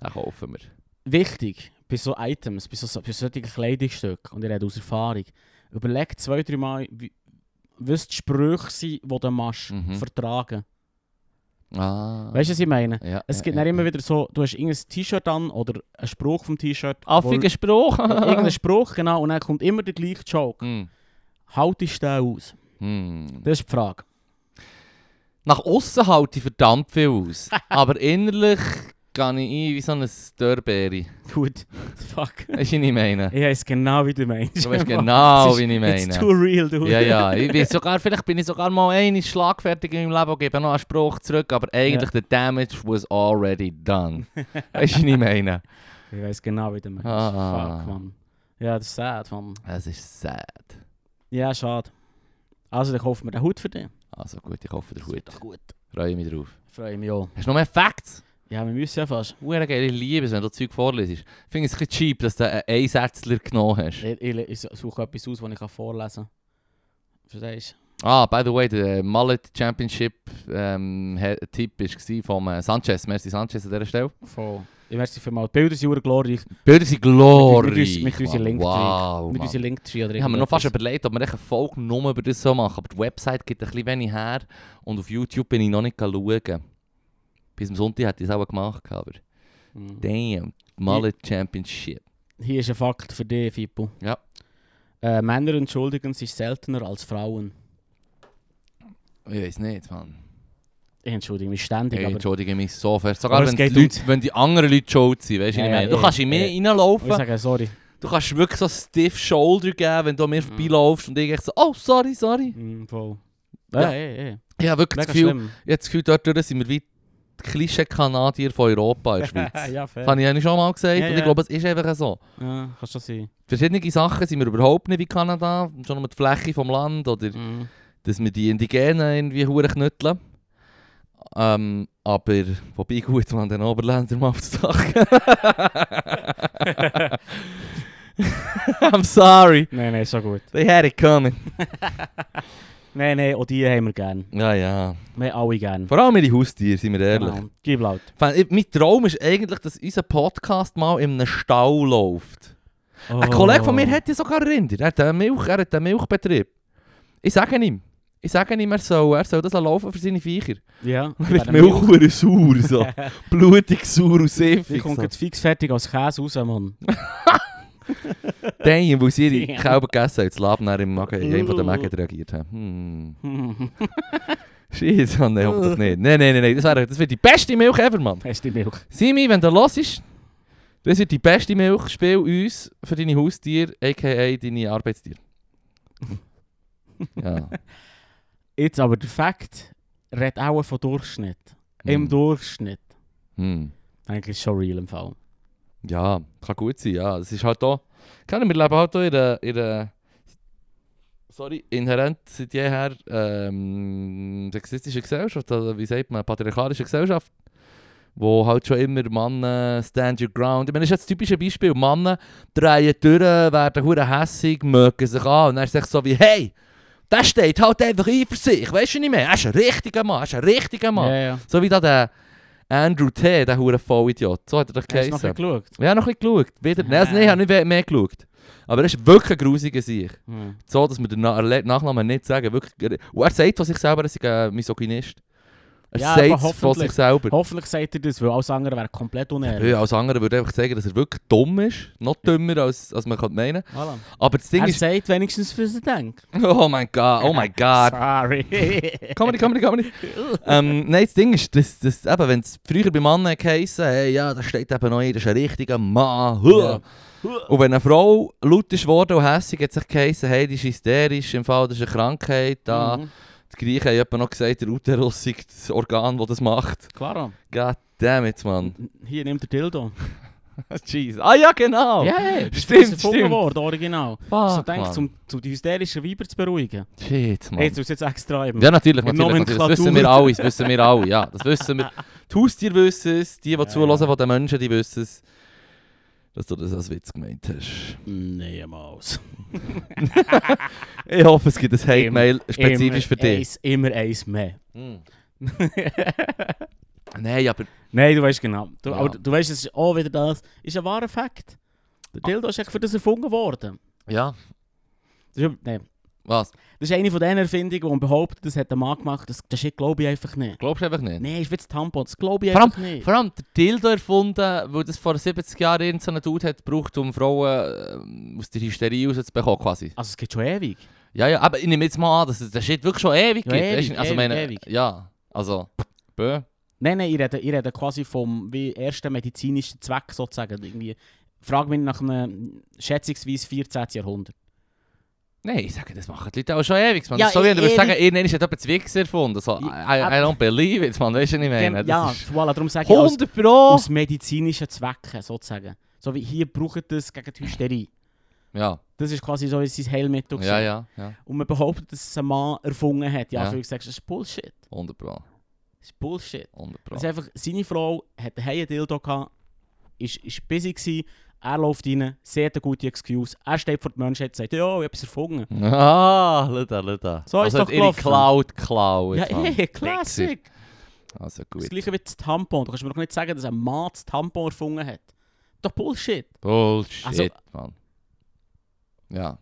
S2: den kaufen wir.
S1: Wichtig, bei so Items, bei, so, bei solchen Kleidungsstücken, und ich rede aus Erfahrung, überleg zwei, drei Mal, wie, was die Sprüche sind, die du machst,
S2: Mhm.
S1: vertragen.
S2: Ah.
S1: Weißt du, was ich meine?
S2: ja,
S1: Es
S2: ja,
S1: gibt
S2: ja,
S1: dann
S2: ja.
S1: immer wieder so, du hast irgendein T-Shirt an oder
S2: Ah,
S1: einen Spruch vom T-Shirt. wo-
S2: Affiger Spruch.
S1: Irgendein Spruch, genau, und dann kommt immer der gleiche Joke.
S2: Mm.
S1: haltest du den aus?
S2: Hm.
S1: Das ist die Frage.
S2: Nach außen halte ich verdammt viel aus. aber innerlich kann ich ein wie so eine Dörrbeere.
S1: Gut. Fuck.
S2: Weißt du, wie ich meine?
S1: Ich weiß genau, wie du meinst.
S2: Du weißt genau, wie ich
S1: It's
S2: meine.
S1: too real, du.
S2: Ja, ja. Ich bin sogar, vielleicht bin ich sogar mal einmal schlagfertig in meinem Leben und gebe noch einen Spruch zurück, aber eigentlich der Damage was already done. Weißt du, wie ich meine?
S1: Ich weiß genau, wie du meinst.
S2: Ah.
S1: Fuck, Mann. Ja, das ist sad, Mann.
S2: Es ist sad.
S1: Ja, schade. Also, dann kaufen wir den Hut für dich.
S2: Also gut, ich hoffe, der
S1: wird
S2: Hut.
S1: doch gut.
S2: Freue mich drauf.
S1: Freue mich auch.
S2: Hast du noch mehr Facts?
S1: Ja, wir müssen ja fast.
S2: Uhr geil, ich liebe es, wenn du Zeug vorlesest. Ich finde es ein bisschen cheap, dass du einen Einsätzler genommen hast.
S1: Ich, ich, ich suche etwas aus, das ich kann vorlesen kann. Verstehst
S2: Ah, by the way, der Mallet Championship ähm, He- Tipp war von äh, Sanchez. Merci Sanchez an dieser Stelle.
S1: du? Voll. Ich möchte für mal. Die Bilder sind verdammt glorreich.
S2: Die Bilder sind glorreich.
S1: Mit uns- mit unserem
S2: Mann.
S1: Link
S2: Wow,
S1: Mit
S2: Oh, Mann.
S1: unserem Linktree oder
S2: Ich habe mir noch fast
S1: irgendetwas.
S2: überlegt, ob wir echt eine Folge nur über das so machen. Aber die Website gibt ein bisschen wenig her. Und auf YouTube bin ich noch nicht schauen. Bis am Sonntag hätte ich es auch gemacht. Aber
S1: Mhm.
S2: damn, Mallet Championship.
S1: Hier ist ein Fakt für dich, Fippo.
S2: Ja.
S1: Äh, Männer entschuldigen sich seltener als Frauen. Oh,
S2: Ich weiß nicht, Mann.
S1: Ich entschuldige mich ständig,
S2: Ich
S1: aber
S2: entschuldige mich so fest. Sogar
S1: Aber es
S2: wenn, die
S1: geht
S2: Leute, wenn die anderen Leute schuld sind, weißt du,
S1: Ja,
S2: ich
S1: ja,
S2: meine. Du
S1: eh,
S2: kannst in mich
S1: eh.
S2: reinlaufen.
S1: ich sage sorry.
S2: Du kannst wirklich so stiff Shoulder geben, wenn du an mir vorbeilaufst und ich echt so, oh, sorry, sorry.
S1: Mm, voll.
S2: Ja.
S1: Ja, eh, eh.
S2: Ich habe wirklich
S1: Mega
S2: das Gefühl,
S1: schlimm.
S2: ich habe das Gefühl, dort drüben sind wir wie die Klischee-Kanadier von Europa in der Schweiz.
S1: ja, fair.
S2: Das habe ich eigentlich schon mal gesagt
S1: Ja,
S2: und ich
S1: ja.
S2: glaube, es ist einfach so.
S1: Ja, kann schon sein.
S2: Verschiedene Sachen sind wir überhaupt nicht wie Kanada, schon nur die Fläche vom Land oder
S1: Mhm.
S2: dass wir die Indigenen irgendwie hure knütteln. Ähm, aber, wobei gut, man den Oberländer mal aufs Dach. I'm sorry,
S1: Nein, nein, ist schon gut.
S2: they had it coming.
S1: Nein, nein, auch die haben wir gern.
S2: Ja, ja.
S1: Wir haben alle gern.
S2: Vor allem meine Haustiere, sind wir ehrlich.
S1: Genau. Gib laut.
S2: Fan- ich- Mein Traum ist eigentlich, dass unser Podcast mal in einem Stall läuft. Ein Kollege von
S1: Oh.
S2: mir hat ja sogar Rinder. Er hat einen, Milch, er hat einen Milchbetrieb. Ich sage ihm. Ich sage ihm, er soll, er soll das laufen für seine Viecher.
S1: Ja.
S2: Dann wird die Milch hure sauer. So. Blutig, sauer und
S1: Die
S2: seifig.
S1: kommt
S2: So.
S1: jetzt fix fertig als Käse raus, Mann.
S2: Damn, weil sie ihre
S1: Ja.
S2: Kälber gegessen haben. Das Leben dann im Magen, in einem von den Magen reagiert haben. Hm. Scheiße, Mann, nein, hoffentlich nicht. Nein, nein, nein, nein. Das, wäre, das wird die beste Milch ever, Mann.
S1: Hast du die Milch?
S2: Simi, wenn du los ist, das wird die beste Milch. Spiel uns für deine Haustiere, a.k.a. deine Arbeitstiere. ja.
S1: Jetzt aber der Fakt, redet auch von Durchschnitt. Im
S2: Hm.
S1: Durchschnitt.
S2: Hm.
S1: Eigentlich schon real im Fall.
S2: Ja, kann gut sein, ja. Es ist halt da. Keine, wir leben halt da in einer. In einer sorry, inhärent seit jeher ähm, sexistische Gesellschaft, also wie sagt man, patriarchalische Gesellschaft, wo halt schon immer Männer stand your ground. Ich meine, das ist jetzt das typische Beispiel. Männer drehen durch, werden hure hässig, mögen sich an und dann ist es echt so wie, hey, der steht halt einfach ein für sich, weißt du nicht mehr? Er ist ein richtiger Mann, er ist ein richtiger Mann.
S1: Ja, ja.
S2: So wie da der Andrew T., der hure Vollidiot, so hat er doch
S1: Hast du noch
S2: geheißen.
S1: ein bisschen geschaut?
S2: Ja, noch ein bisschen geschaut. Wieder. Nein, also,
S1: Ah.
S2: nein, ich habe nicht mehr geschaut. Aber er ist wirklich ein grusiger Sieg.
S1: Hm.
S2: So, dass wir den Na Le- Nachnamen nicht sagen. Wirklich. Und er sagt von sich selber, er sei ein Misogynist. Er
S1: Ja, aber
S2: sagt es von
S1: hoffentlich.
S2: sich selber.
S1: Hoffentlich sagt ihr das, weil alles andere wäre komplett unehrlich.
S2: Ja, als andere würde ich einfach sagen, dass er wirklich dumm ist. Noch dümmer, als, als man könnte meinen
S1: Voilà.
S2: Aber das Ding
S1: Er
S2: ist...
S1: sagt wenigstens, für sie denkt.
S2: Oh mein Gott, oh mein Gott.
S1: Sorry.
S2: Comedy, Comedy, Comedy. ähm, nein, das Ding ist, dass, dass, eben, wenn es früher bei Männern geheissen hey, ja, da steht eben noch ein, das ist ein richtiger Mann. huh.
S1: Ja.
S2: Und wenn eine Frau laut ist worden und hässig, hat sich geheissen, hey, die ist hysterisch, im Fall, das ist eine Krankheit. Da.
S1: Mhm.
S2: Das Gleiche hat jemand noch gesagt, der Uterus sei das Organ, das das macht.
S1: Klaro.
S2: God damn it, Mann.
S1: Hier nimmt der Dildo.
S2: Jeez. Ah ja, genau.
S1: Ja, ja, das
S2: Stimmt,
S1: ist erfunden
S2: stimmt. Ah.
S1: worden, original. so
S2: Fuck,
S1: denkt,
S2: Mann.
S1: um, um die hysterischen Weiber zu beruhigen.
S2: Shit, Mann.
S1: Hey, du es jetzt extra eben.
S2: Ja, natürlich,
S1: Im
S2: natürlich, natürlich. Das
S1: Nomenklatur.
S2: wissen wir alle, das wissen wir alle, ja. Das wissen wir. Die Haustiere wissen es, die, die
S1: Ja,
S2: zuhören
S1: ja.
S2: von den Menschen, die wissen es. Dass du das als Witz gemeint hast.
S1: Niemals.
S2: Ich hoffe, es gibt ein
S1: Immer-
S2: Hate-Mail spezifisch für
S1: immer
S2: dich.
S1: Eins, immer eins mehr.
S2: Hm. Nein, aber
S1: Nein, du weißt genau. Du,
S2: Ja.
S1: Aber du weißt, es ist auch wieder das. Ist ein wahrer Fakt. Der
S2: Ah.
S1: Dildo ist echt für das erfunden worden.
S2: ja,
S1: Das ist, nein.
S2: was?
S1: das ist eine von den Erfindungen, die behauptet, das hat der Mann gemacht. Das, das shit glaube ich einfach nicht.
S2: Glaubst du einfach nicht?
S1: Nein, ist wie das Tampon. Das glaube ich
S2: Vor allem-
S1: einfach nicht.
S2: Vor allem der Dildo erfunden, weil das vor 70 Jahren irgendein Dude hat gebraucht, um Frauen ähm, aus der äh, Hysterie rauszubekommen quasi.
S1: Also es geht schon ewig.
S2: Ja, ja, aber ich nehme jetzt mal an, dass es den Shit wirklich schon ewig
S1: Ja,
S2: gibt.
S1: ewig,
S2: Weisst du, also
S1: ewig,
S2: meine,
S1: ewig.
S2: ja, also, bö.
S1: Nein, nein, ich rede, ich rede quasi vom wie ersten medizinischen Zweck sozusagen. Irgendwie, frag mich nach einem schätzungsweise 14. Jahrhundert.
S2: Nein, ich sage, das machen die Leute auch schon ewig, man.
S1: Ja,
S2: das ist so wie wenn du
S1: eh-
S2: würdest sagen, irgendwann hat jemand das Wichser erfunden. So, I, I, I don't believe it, man. Weißt du, was ich meine?
S1: Dem- ja,
S2: Das ist
S1: voilà, darum sage ich aus,
S2: 100 Pro!
S1: aus medizinischen Zwecken sozusagen. So wie hier braucht es gegen die Hysterie.
S2: Ja,
S1: Das ist quasi so sein Heilmittel.
S2: ja,
S1: gewesen.
S2: ja, ja.
S1: Und man behauptet, dass es ein Mann erfunden hat. Ja,
S2: Ja.
S1: für gesagt, das ist Bullshit.
S2: 100 Pro.
S1: Das ist Bullshit.
S2: 100 Pro.
S1: Das ist einfach, seine Frau hat einen heilen Dildo gehabt, ist, ist busy gewesen, er läuft rein, sieht eine gute Excuse, er steht vor der Menschheit und sagt, ja, ich habe etwas erfunden.
S2: Ah, schau da, schau da.
S1: So ist
S2: also
S1: doch
S2: hat ihre
S1: gelaufen.
S2: Cloud geklaut.
S1: Ja,
S2: Mann.
S1: eh, Classic. Dus
S2: Also
S1: Das
S2: gut.
S1: gleiche wie das Tampon. Du kannst mir doch nicht sagen, dass ein Mann das Tampon erfunden hat. Doch Bullshit.
S2: Bullshit,
S1: Also-
S2: Mann. Ja.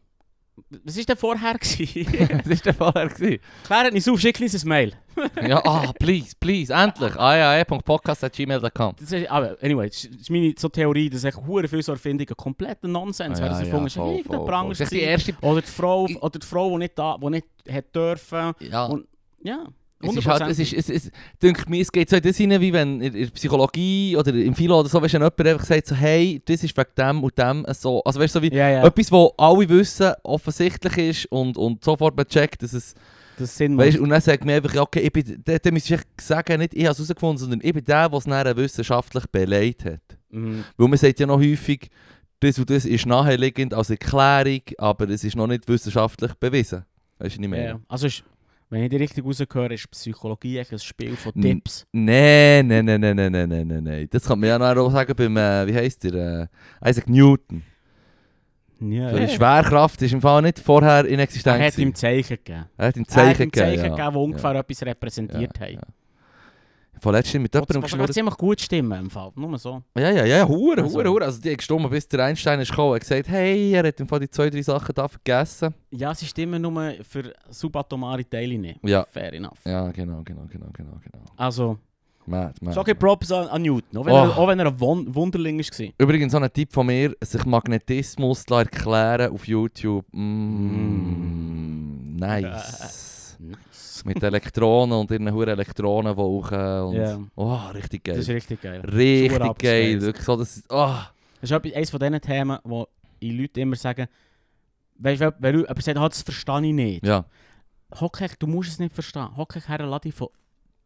S1: Was war denn vorher? gewesen?
S2: Was war denn vorher? Gewesen?
S1: Klärt uns auf, schickt uns ein Mail.
S2: ja, ah, please, please, endlich. Ah, iae.podcast.gmail.com
S1: Das ist, aber ah, anyway, das ist meine so Theorie, dass echt hure viele so Erfindungen kompletter Nonsens
S2: Ah,
S1: werden.
S2: ja,
S1: Das erfunden
S2: ja,
S1: ist
S2: voll,
S1: irgendein
S2: voll,
S1: Pranger
S2: voll. Das ist die
S1: gewesen.
S2: erste...
S1: Oder die Frau,
S2: Ich-
S1: oder die Frau, die nicht, da, die nicht hat dürfen.
S2: Ja.
S1: Und- Ja,
S2: Es ist halt, es ist,
S1: 100%.
S2: es, es, denke mir, es geht so in das hinein, wie wenn in in der Psychologie oder im Philo oder so, weißt, wenn jemand einfach sagt, so, hey, das ist wegen dem und dem so. Also weißt du, so wie
S1: Ja, ja,
S2: etwas, wo alle wissen, offensichtlich ist und, und sofort man checkt, dass es,
S1: das sind
S2: weißt, und dann sagt man einfach, ja, okay, ich bin, dann, dann müsstest du echt sagen, nicht ich habe es herausgefunden, sondern ich bin der, der es nachher wissenschaftlich beleidigt hat.
S1: Mhm.
S2: Weil man sagt ja noch häufig, das und das ist naheliegend als Erklärung, aber es ist noch nicht wissenschaftlich bewiesen. Weißt du, was ich meine?
S1: Ja. Also, ist, wenn ich dich richtig rausgehöre, ist Psychologie echt ein Spiel von
S2: N-
S1: Tipps.
S2: Nein, nein, nein, nein, nein, nein, nein, nein, nein. Das kann man ja nachher auch sagen beim, äh, wie heisst der, äh, Isaac Newton.
S1: Ja,
S2: So, die Schwerkraft ist im Fall nicht vorher in Existenz.
S1: Er hat ihm
S2: gewesen.
S1: Zeichen gegeben.
S2: er hat ihm
S1: Er hat
S2: Zeichen
S1: ihm Zeichen
S2: gegeben. Ja.
S1: gegeben, die ungefähr etwas repräsentiert haben.
S2: Von letztem mit jemandem
S1: Das kann
S2: gestorben.
S1: ziemlich gut stimmen im Fall. Nur so.
S2: Ja, ja, ja, ja, hure,
S1: Also.
S2: hure, hure. Also die haben gestorben, bis der Einstein ist gekommen. Er hat gesagt, hey, er hat im Fall die zwei, drei Sachen da vergessen.
S1: Ja, sie stimmen nur für subatomare Teile nicht.
S2: Ja.
S1: Fair enough.
S2: Ja, genau, genau, genau, genau, genau.
S1: Also,
S2: Mad, mad.
S1: so Props an, an Newton. Auch wenn,
S2: Oh.
S1: er, auch wenn er ein Won Wunderling war.
S2: Übrigens, so ein Tipp von mir, sich Magnetismus zu erklären auf YouTube. Mm, nice.
S1: Nice.
S2: Mit Elektronen und ihren Huren Elektronen, die auch. äh, Und
S1: Ja.
S2: Oh, richtig geil.
S1: Das ist richtig geil. Dus
S2: richtig
S1: super
S2: geil.
S1: abgespaced.
S2: Wirklich so, das ist, oh.
S1: Das ist etwas- eines von diesen Themen, wo die Leute immer sagen, weißt du, wenn du jemand sagt, «Ah, das verstehe ich nicht.
S2: Ja,
S1: Hock dich, du musst es nicht verstehen. Hock dich her, lass dich von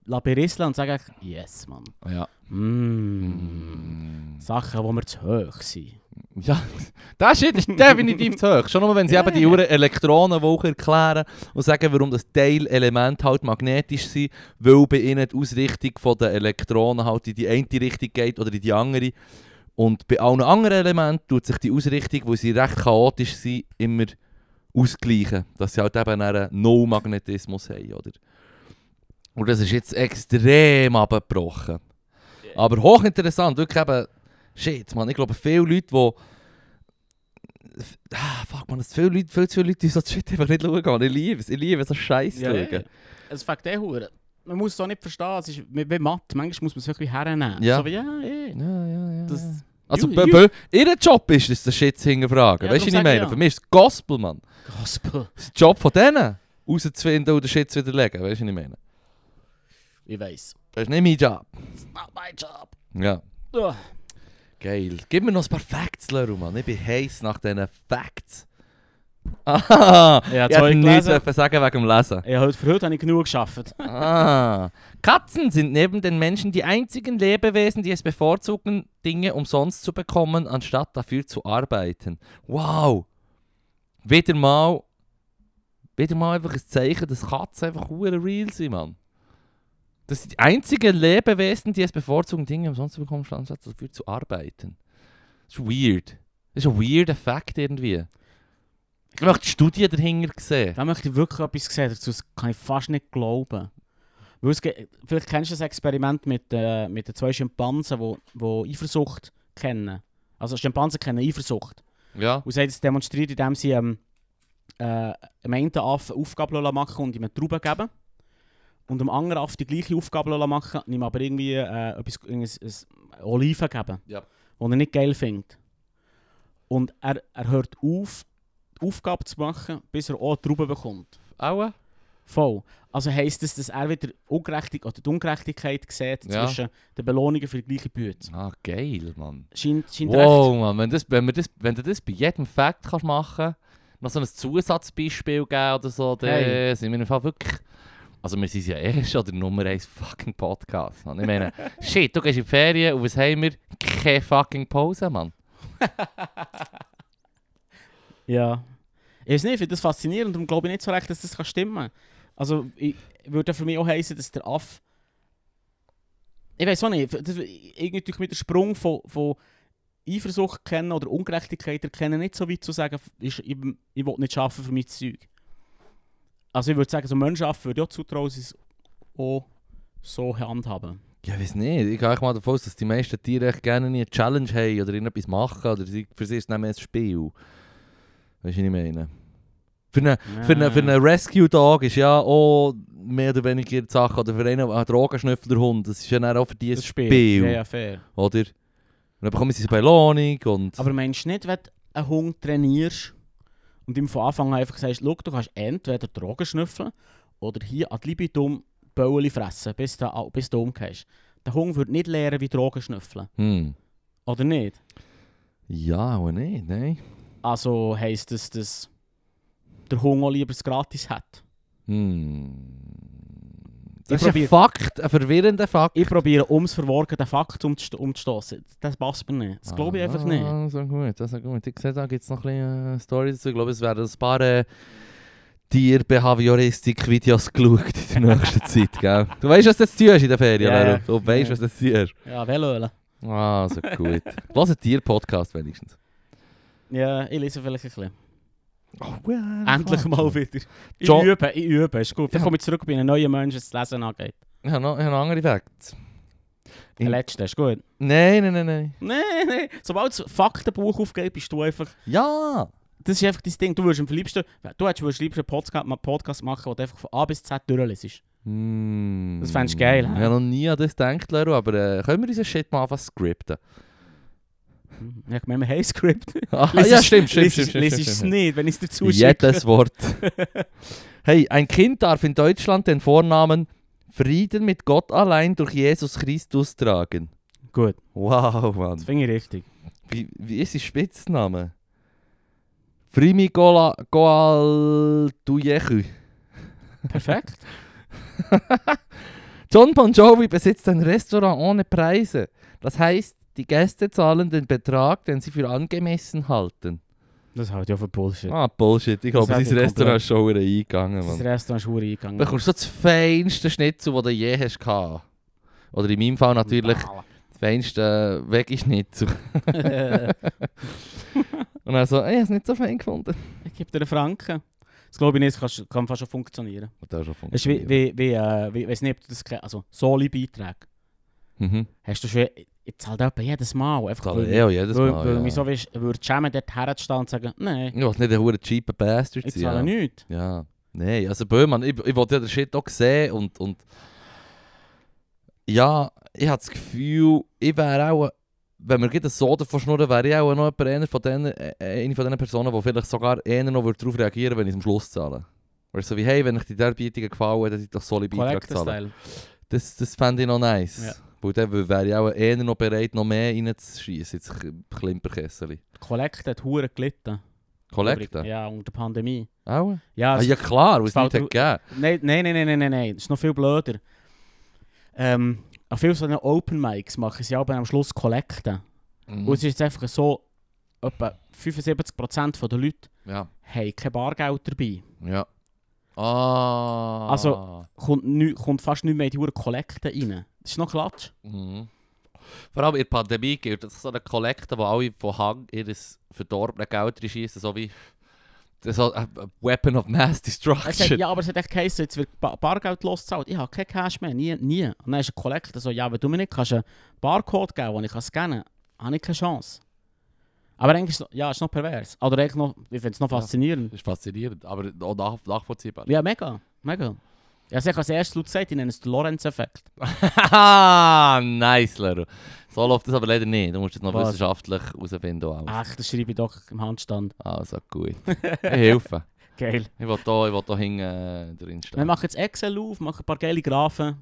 S1: lass berisseln und sag echt, yes, Mann.
S2: ja.
S1: Mm. Sachen, die mir zu hoch sind.
S2: Ja, das Shit ist definitiv zu hoch. Schon nur, wenn sie
S1: Ja,
S2: eben die
S1: ja.
S2: Uhren Elektronen auch erklären und sagen, warum das Teilelement halt magnetisch sind, weil bei ihnen die Ausrichtung von der Elektronen halt in die eine Richtung geht oder in die andere. Und bei allen anderen Elementen tut sich die Ausrichtung, wo sie recht chaotisch sind, immer ausgleichen. Dass sie halt eben einen No-Magnetismus haben, oder? Und das ist jetzt extrem abgebrochen. Aber hochinteressant, wirklich eben, shit, man, ich glaube, viele Leute, die Ah, fuck man, es viele Leute, viel zu viele Leute, die so shit einfach nicht schauen. Mann. Ich liebe es, ich liebe so Scheiß
S1: Ja,
S2: schauen.
S1: Es fängt eh hure. Man muss es auch nicht verstehen, es ist wie wie Mathe. Manchmal muss man es wirklich hernehmen.
S2: Ja.
S1: So wie, ja, eh.
S2: Ja, ja, ja.
S1: Das-
S2: ja. also,
S1: Ju-
S2: bö,
S1: ju-
S2: bö, ihr Job ist es, den Shit zu hinterfragen.
S1: Ja,
S2: weißt du,
S1: darum
S2: was ich
S1: sag ich
S2: meine?
S1: ja.
S2: Für mich ist es Gospel, Mann.
S1: Gospel.
S2: Das ist der Job von denen, rauszufinden und den Shit zu widerlegen. Weißt du, was ich meine?
S1: Ich weiss.
S2: Das ist nicht mein Job.
S1: It's not my job.
S2: Ja.
S1: Ugh.
S2: Geil. Gib mir noch ein paar Facts, Leru, Mann. Ich bin heiß nach diesen Facts. Aha!
S1: Ja,
S2: ich hätte
S1: zwei
S2: nichts
S1: gelesen.
S2: dürfen sagen wegen dem Lesen.
S1: Ja, heute für heute habe ich genug geschafft.
S2: Ah. Katzen sind neben den Menschen die einzigen Lebewesen, die es bevorzugen, Dinge umsonst zu bekommen, anstatt dafür zu arbeiten. Wow! Wieder mal. Wieder mal einfach ein Zeichen, dass Katzen einfach hure real sind, Mann. Das sind die einzigen Lebewesen, die es bevorzugen, Dinge umsonst zu bekommen, anstatt dafür zu arbeiten. Das ist weird. Das ist ein weirder Fact irgendwie. Ich möchte die Studie dahinter sehen.
S1: Da möchte ich wirklich etwas sehen, dazu das kann ich fast nicht glauben. Weil es ge- vielleicht kennst du das Experiment mit, äh, mit den zwei Schimpansen, die wo, wo Eifersucht kennen. Also Schimpansen kennen Eifersucht.
S2: Ja.
S1: Und sie haben das demonstriert, indem sie ähm, äh, einem einen Affen Aufgaben lassen machen und ihm eine Traube geben. Und dem anderen Affen die gleiche Aufgabe lassen machen, ihm aber irgendwie äh, etwas, irgendein- ein Oliven geben,
S2: Ja.
S1: die er nicht geil findet. Und er, er hört auf, die Aufgabe zu machen, bis er auch die Trauben bekommt.
S2: Auch?
S1: Voll. Also heisst das, dass er wieder Ungerechtig oder die Ungerechtigkeit sieht
S2: Ja.
S1: zwischen den Belohnungen für die gleiche Büte.
S2: Ah, geil, Mann.
S1: Scheint, scheint recht.
S2: Wow, Mann, wenn, das, wenn, wir das, wenn du das bei jedem Fact kannst machen noch so ein Zusatzbeispiel geben oder so, dann
S1: Hey.
S2: sind wir im Fall wirklich... Also wir sind ja eh schon der Nummer 1 fucking Podcast, Mann. Ich meine, shit, du gehst in die Ferien und was haben wir? Keine fucking Pause, Mann.
S1: Ja. Ich weiß nicht, ich finde das faszinierend und glaube ich nicht so recht, dass das kann stimmen kann. Also, ich würde für mich auch heißen, dass der Aff. Ich weiß auch nicht, das, irgendwie tue ich mit dem Sprung von, von Eifersucht kennen oder Ungerechtigkeit erkennen, nicht so weit zu sagen, ich, ich, ich will nicht arbeiten für mein Zeug. Also, ich würde sagen, so Menschen arbeiten würde ich auch zutrauen, sie es auch so handhaben.
S2: Ja, ich weiß nicht. Ich gehe eigentlich mal davon aus, dass die meisten Tiere echt gerne eine Challenge haben oder irgendetwas machen oder sie, für sie ist es nicht mehr ein Spiel. Weißt du, was ich meine? Für einen, für einen, für einen Rescue-Dog ist ja auch mehr oder weniger die Sache. Oder für einen einen Drogenschnüffler-Hund, das ist ja dann auch für die ein
S1: das
S2: Spiel.
S1: Spiel. Ja, ja, fair.
S2: Oder? Und dann bekommen sie eine Belohnung und...
S1: Aber meinst du nicht, wenn du einen Hund trainierst und ihm von Anfang an einfach sagst, schau, du kannst entweder Drogen schnüffeln oder hier ad libitum Bäueli fressen, bis du, au- bis du umgehst. Der Hund würde nicht lernen, wie Drogen schnüffeln.
S2: Hm.
S1: Oder nicht?
S2: Ja, aber nicht, nein.
S1: Also heisst das, dass der Hund auch lieber es gratis hat.
S2: Hm.
S1: Ich
S2: Das ist ein
S1: probier-
S2: Fakt, ein verwirrender Fakt.
S1: Ich probiere ums Verworgen den Fakt um umzusto- umzustoßen. Das passt mir nicht. Das glaube ich einfach nicht.
S2: Ah, so gut, das ist gut. Ich sehe, da gibt es noch ein bisschen äh, Story dazu. Ich glaube, es werden ein paar äh, Tier-Behavioristik-Videos geschaut in der nächsten Zeit, gell? Du weißt, was du jetzt tust in der Ferien,
S1: Ja, ja.
S2: Leru. Du weißt, was du jetzt tust.
S1: Ja, Velöle.
S2: Ah, so gut. Lass einen Tier-Podcast wenigstens.
S1: Ja, ich lese vielleicht ein bisschen. Endlich
S2: Endlich
S1: mal wieder. Ich
S2: Jo-
S1: übe, ich übe. Ist gut. Dann komme ich zurück bei einem neuen Menschen, das Lesen angeht.
S2: Ich habe noch, ich habe noch andere Facts.
S1: Der
S2: In-
S1: letzte ist gut.
S2: Nein, nein, nein, nein.
S1: Nee, nee. Sobald das Faktenbuch aufgeht, bist du einfach.
S2: Ja!
S1: Das ist einfach dein Ding. Du würdest am liebsten. Du hättest würdest liebsten einen Podcast, einen Podcast machen, wo du einfach von A bis Z durchlässt.
S2: Mm.
S1: Das fändest du geil,
S2: Ich
S1: hä?
S2: habe noch nie an das gedacht, Leru, aber äh, können wir unseren Shit mal anfangen zu scripten?
S1: Ich meine, hey, Script.
S2: Ah,
S1: Lies
S2: ja,
S1: es-
S2: stimmt, stimmt,
S1: lies-
S2: stimmt. stimmt,
S1: lies
S2: stimmt,
S1: es
S2: stimmt.
S1: nicht, wenn ich es dir zuschicke.
S2: Jedes Wort. Hey, ein Kind darf in Deutschland den Vornamen Frieden mit Gott allein durch Jesus Christus tragen.
S1: Gut, das
S2: Wow, Mann.
S1: finde ich richtig.
S2: Wie, wie ist sein Spitzname? Frimi Gola- Goaldujechu.
S1: Perfekt.
S2: John Bon Jovi besitzt ein Restaurant ohne Preise. Das heißt, die Gäste zahlen den Betrag, den sie für angemessen halten.
S1: Das haut ja für Bullshit.
S2: Ah, Bullshit. Ich glaube,
S1: Das
S2: sein
S1: ist komplett-
S2: Restaurant ist schon wieder eingegangen,
S1: Das
S2: Mann.
S1: Restaurant ist hure
S2: Du
S1: eingegangen.
S2: bekommst so das feinste Schnitzel, das du je hast gehabt. Oder in meinem Fall natürlich das feinste äh, Veggie-Schnitzel.
S1: ich
S2: Und dann so, ey, ich habe es nicht so fein gefunden.
S1: gebe dir einen Franken. Das glaube ich nicht, das kann, kann fast schon funktionieren.
S2: Und das ist schon
S1: Es ist wie,
S2: funktioniert.
S1: wie, wie, äh, wie, weiss nicht, ob du das kennst. Also, Soli-Beiträge.
S2: Mhm.
S1: Hast du schon. Ich zahle etwa jedes Mal. Einfach
S2: Das
S1: weil-
S2: habe ich auch jedes
S1: Weil,
S2: Mal.
S1: weil
S2: ja.
S1: mich so weißt, würde schämen, dort herzustehen und sagen, nein,
S2: Ich will nicht ein hoher cheaper Bastard
S1: ich
S2: sein.
S1: zahle
S2: ja.
S1: nichts.
S2: Ja. Nein, also Böhmann, ich, ich wollte ja den Shit auch sehen und, und ja, ich habe das Gefühl, ich wäre auch, wenn wir gerade so davon schnurren, wäre ich auch noch jemand, einer von denen, äh, eine von diesen Personen, die vielleicht sogar eher noch darauf reagieren würde, wenn ich es am Schluss zahle. Weil so wie, hey, wenn ich die Darbietungen gefallen, dann hätte ich doch solide Beitrag
S1: Korrekter
S2: zahlen.
S1: Style.
S2: Das, das fände ich noch nice.
S1: Ja.
S2: Weil dann wäre ich auch eher noch bereit, noch mehr reinzuschießen, jetzt K- Klimperkessel.
S1: Kollekte hat hure gelitten.
S2: Kollekte? Ja.
S1: Ja, unter der Pandemie.
S2: Auch?
S1: Ja,
S2: Ah,
S1: es-
S2: ja klar, weil es
S1: fällt
S2: nicht hat gegeben
S1: Nein, nein, nein, nein, nein, nein, nein, das ist noch viel blöder. Ähm, an vielen solchen Open Mics machen sie aber am Schluss Kollekte.
S2: Mhm.
S1: Und es ist jetzt einfach so, etwa 75% der Leute
S2: Ja,
S1: haben kein Bargeld dabei.
S2: ja. Ah.
S1: Also- Kommt, nü, kommt fast nicht mehr in die hure Kollekte rein. Das ist noch Klatsch.
S2: Mhm. Vor allem in der Pandemie gilt es so eine Kollekte, wo alle von Hang ihres verdorbenen Geld reinschießen, so wie das so ein ein Weapon of Mass
S1: Es hat,
S2: Destruction.
S1: ja, aber es hat echt geheißen, jetzt wird Ba- Bargeld losgezahlt. Ich habe kein Cash mehr, nie, nie. Und dann ist ein Kollektor so, ja, wenn du mir nicht kannst einen Barcode geben kannst, den ich kann scannen kann, habe ich keine Chance. Ah, Aber eigentlich ist es noch- ja, ist noch pervers. Ah, Oder eigentlich noch, ich finde es noch
S2: Ja.
S1: faszinierend.
S2: Das ist faszinierend, aber auch nach, nachvollziehbar.
S1: Ja, mega, mega. Ja, ich habe als erstes laut gesagt, ich nenne es den Lorenz-Effekt.
S2: Haha, nice, Leru. So läuft das aber leider nicht. Du musst es noch
S1: Was? Ah.
S2: wissenschaftlich herausfinden. und alles.
S1: Ach, das schreibe ich doch im Handstand.
S2: Also gut. Ich helfe.
S1: Geil.
S2: Ich will hier, ich will hier hinten äh, drin
S1: Wir
S2: stehen.
S1: machen jetzt Excel auf, machen ein paar geile Graphen.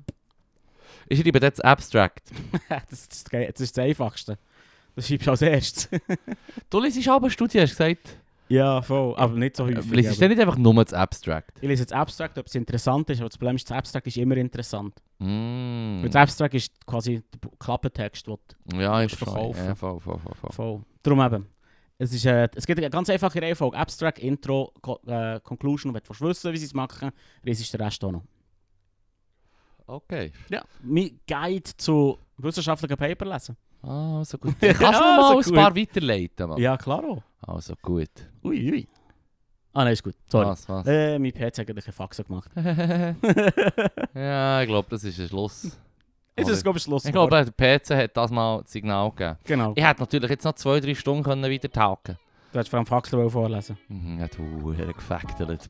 S2: Ich schreibe jetzt Abstract.
S1: das, ist das, Ge- das ist das Einfachste. Das schreibst du als erstes.
S2: Du liest aber Studie, hast du gesagt.
S1: ja, Ah, voll. Aber nicht so
S2: Äh,
S1: häufig.
S2: Liest du
S1: aber-
S2: nicht einfach nur das Abstract?
S1: ich lese jetzt Abstract, ob es interessant ist, aber das Problem ist, das Abstract ist immer interessant.
S2: Mm.
S1: Weil das Abstract ist quasi der Bu- Klappentext, den du
S2: Ja, ich
S1: musst
S2: verkaufe.
S1: verkaufen.
S2: Ja, voll, voll, voll, voll.
S1: voll. Darum eben. Es, ist, äh, es gibt eine ganz einfache Reihenfolge. Abstract, Intro, Co äh, Conclusion. Wenn du willst wissen wie sie es machen, liest ist der Rest auch noch.
S2: Okay.
S1: Ja. Mein Guide zu wissenschaftlichen Paper lesen.
S2: Ah, so gut.
S1: Ja,
S2: Kannst du mir mal
S1: so
S2: ein paar weiterleiten, Mann?
S1: Ja, klar. auch.
S2: Also gut.
S1: Ah. Ui, ui. Ah, nein, ist gut. Sorry.
S2: Was, was?
S1: Äh, mein PC hat eigentlich einen Faxen gemacht.
S2: ja, ich glaube, das ist ein Schluss.
S1: Ist es, glaube ich, Schluss?
S2: ich glaube, der PC hat das mal das Signal gegeben.
S1: Genau.
S2: Ich hätte natürlich jetzt noch zwei, drei Stunden können weiter tauchen
S1: Du hättest vor allem Faxler wohl vorlesen.
S2: können. Ja, du, er gefackelt,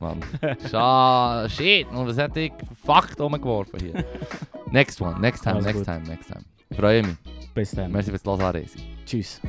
S2: Mann. Schade, shit, und was hätte ich Fakt rumgeworfen hier. next one, next time,
S1: Also
S2: next
S1: gut.
S2: time, next time. Ich freue mich.
S1: Bis dann.
S2: assim. Merci fürs Losanreisen.
S1: Tschüss.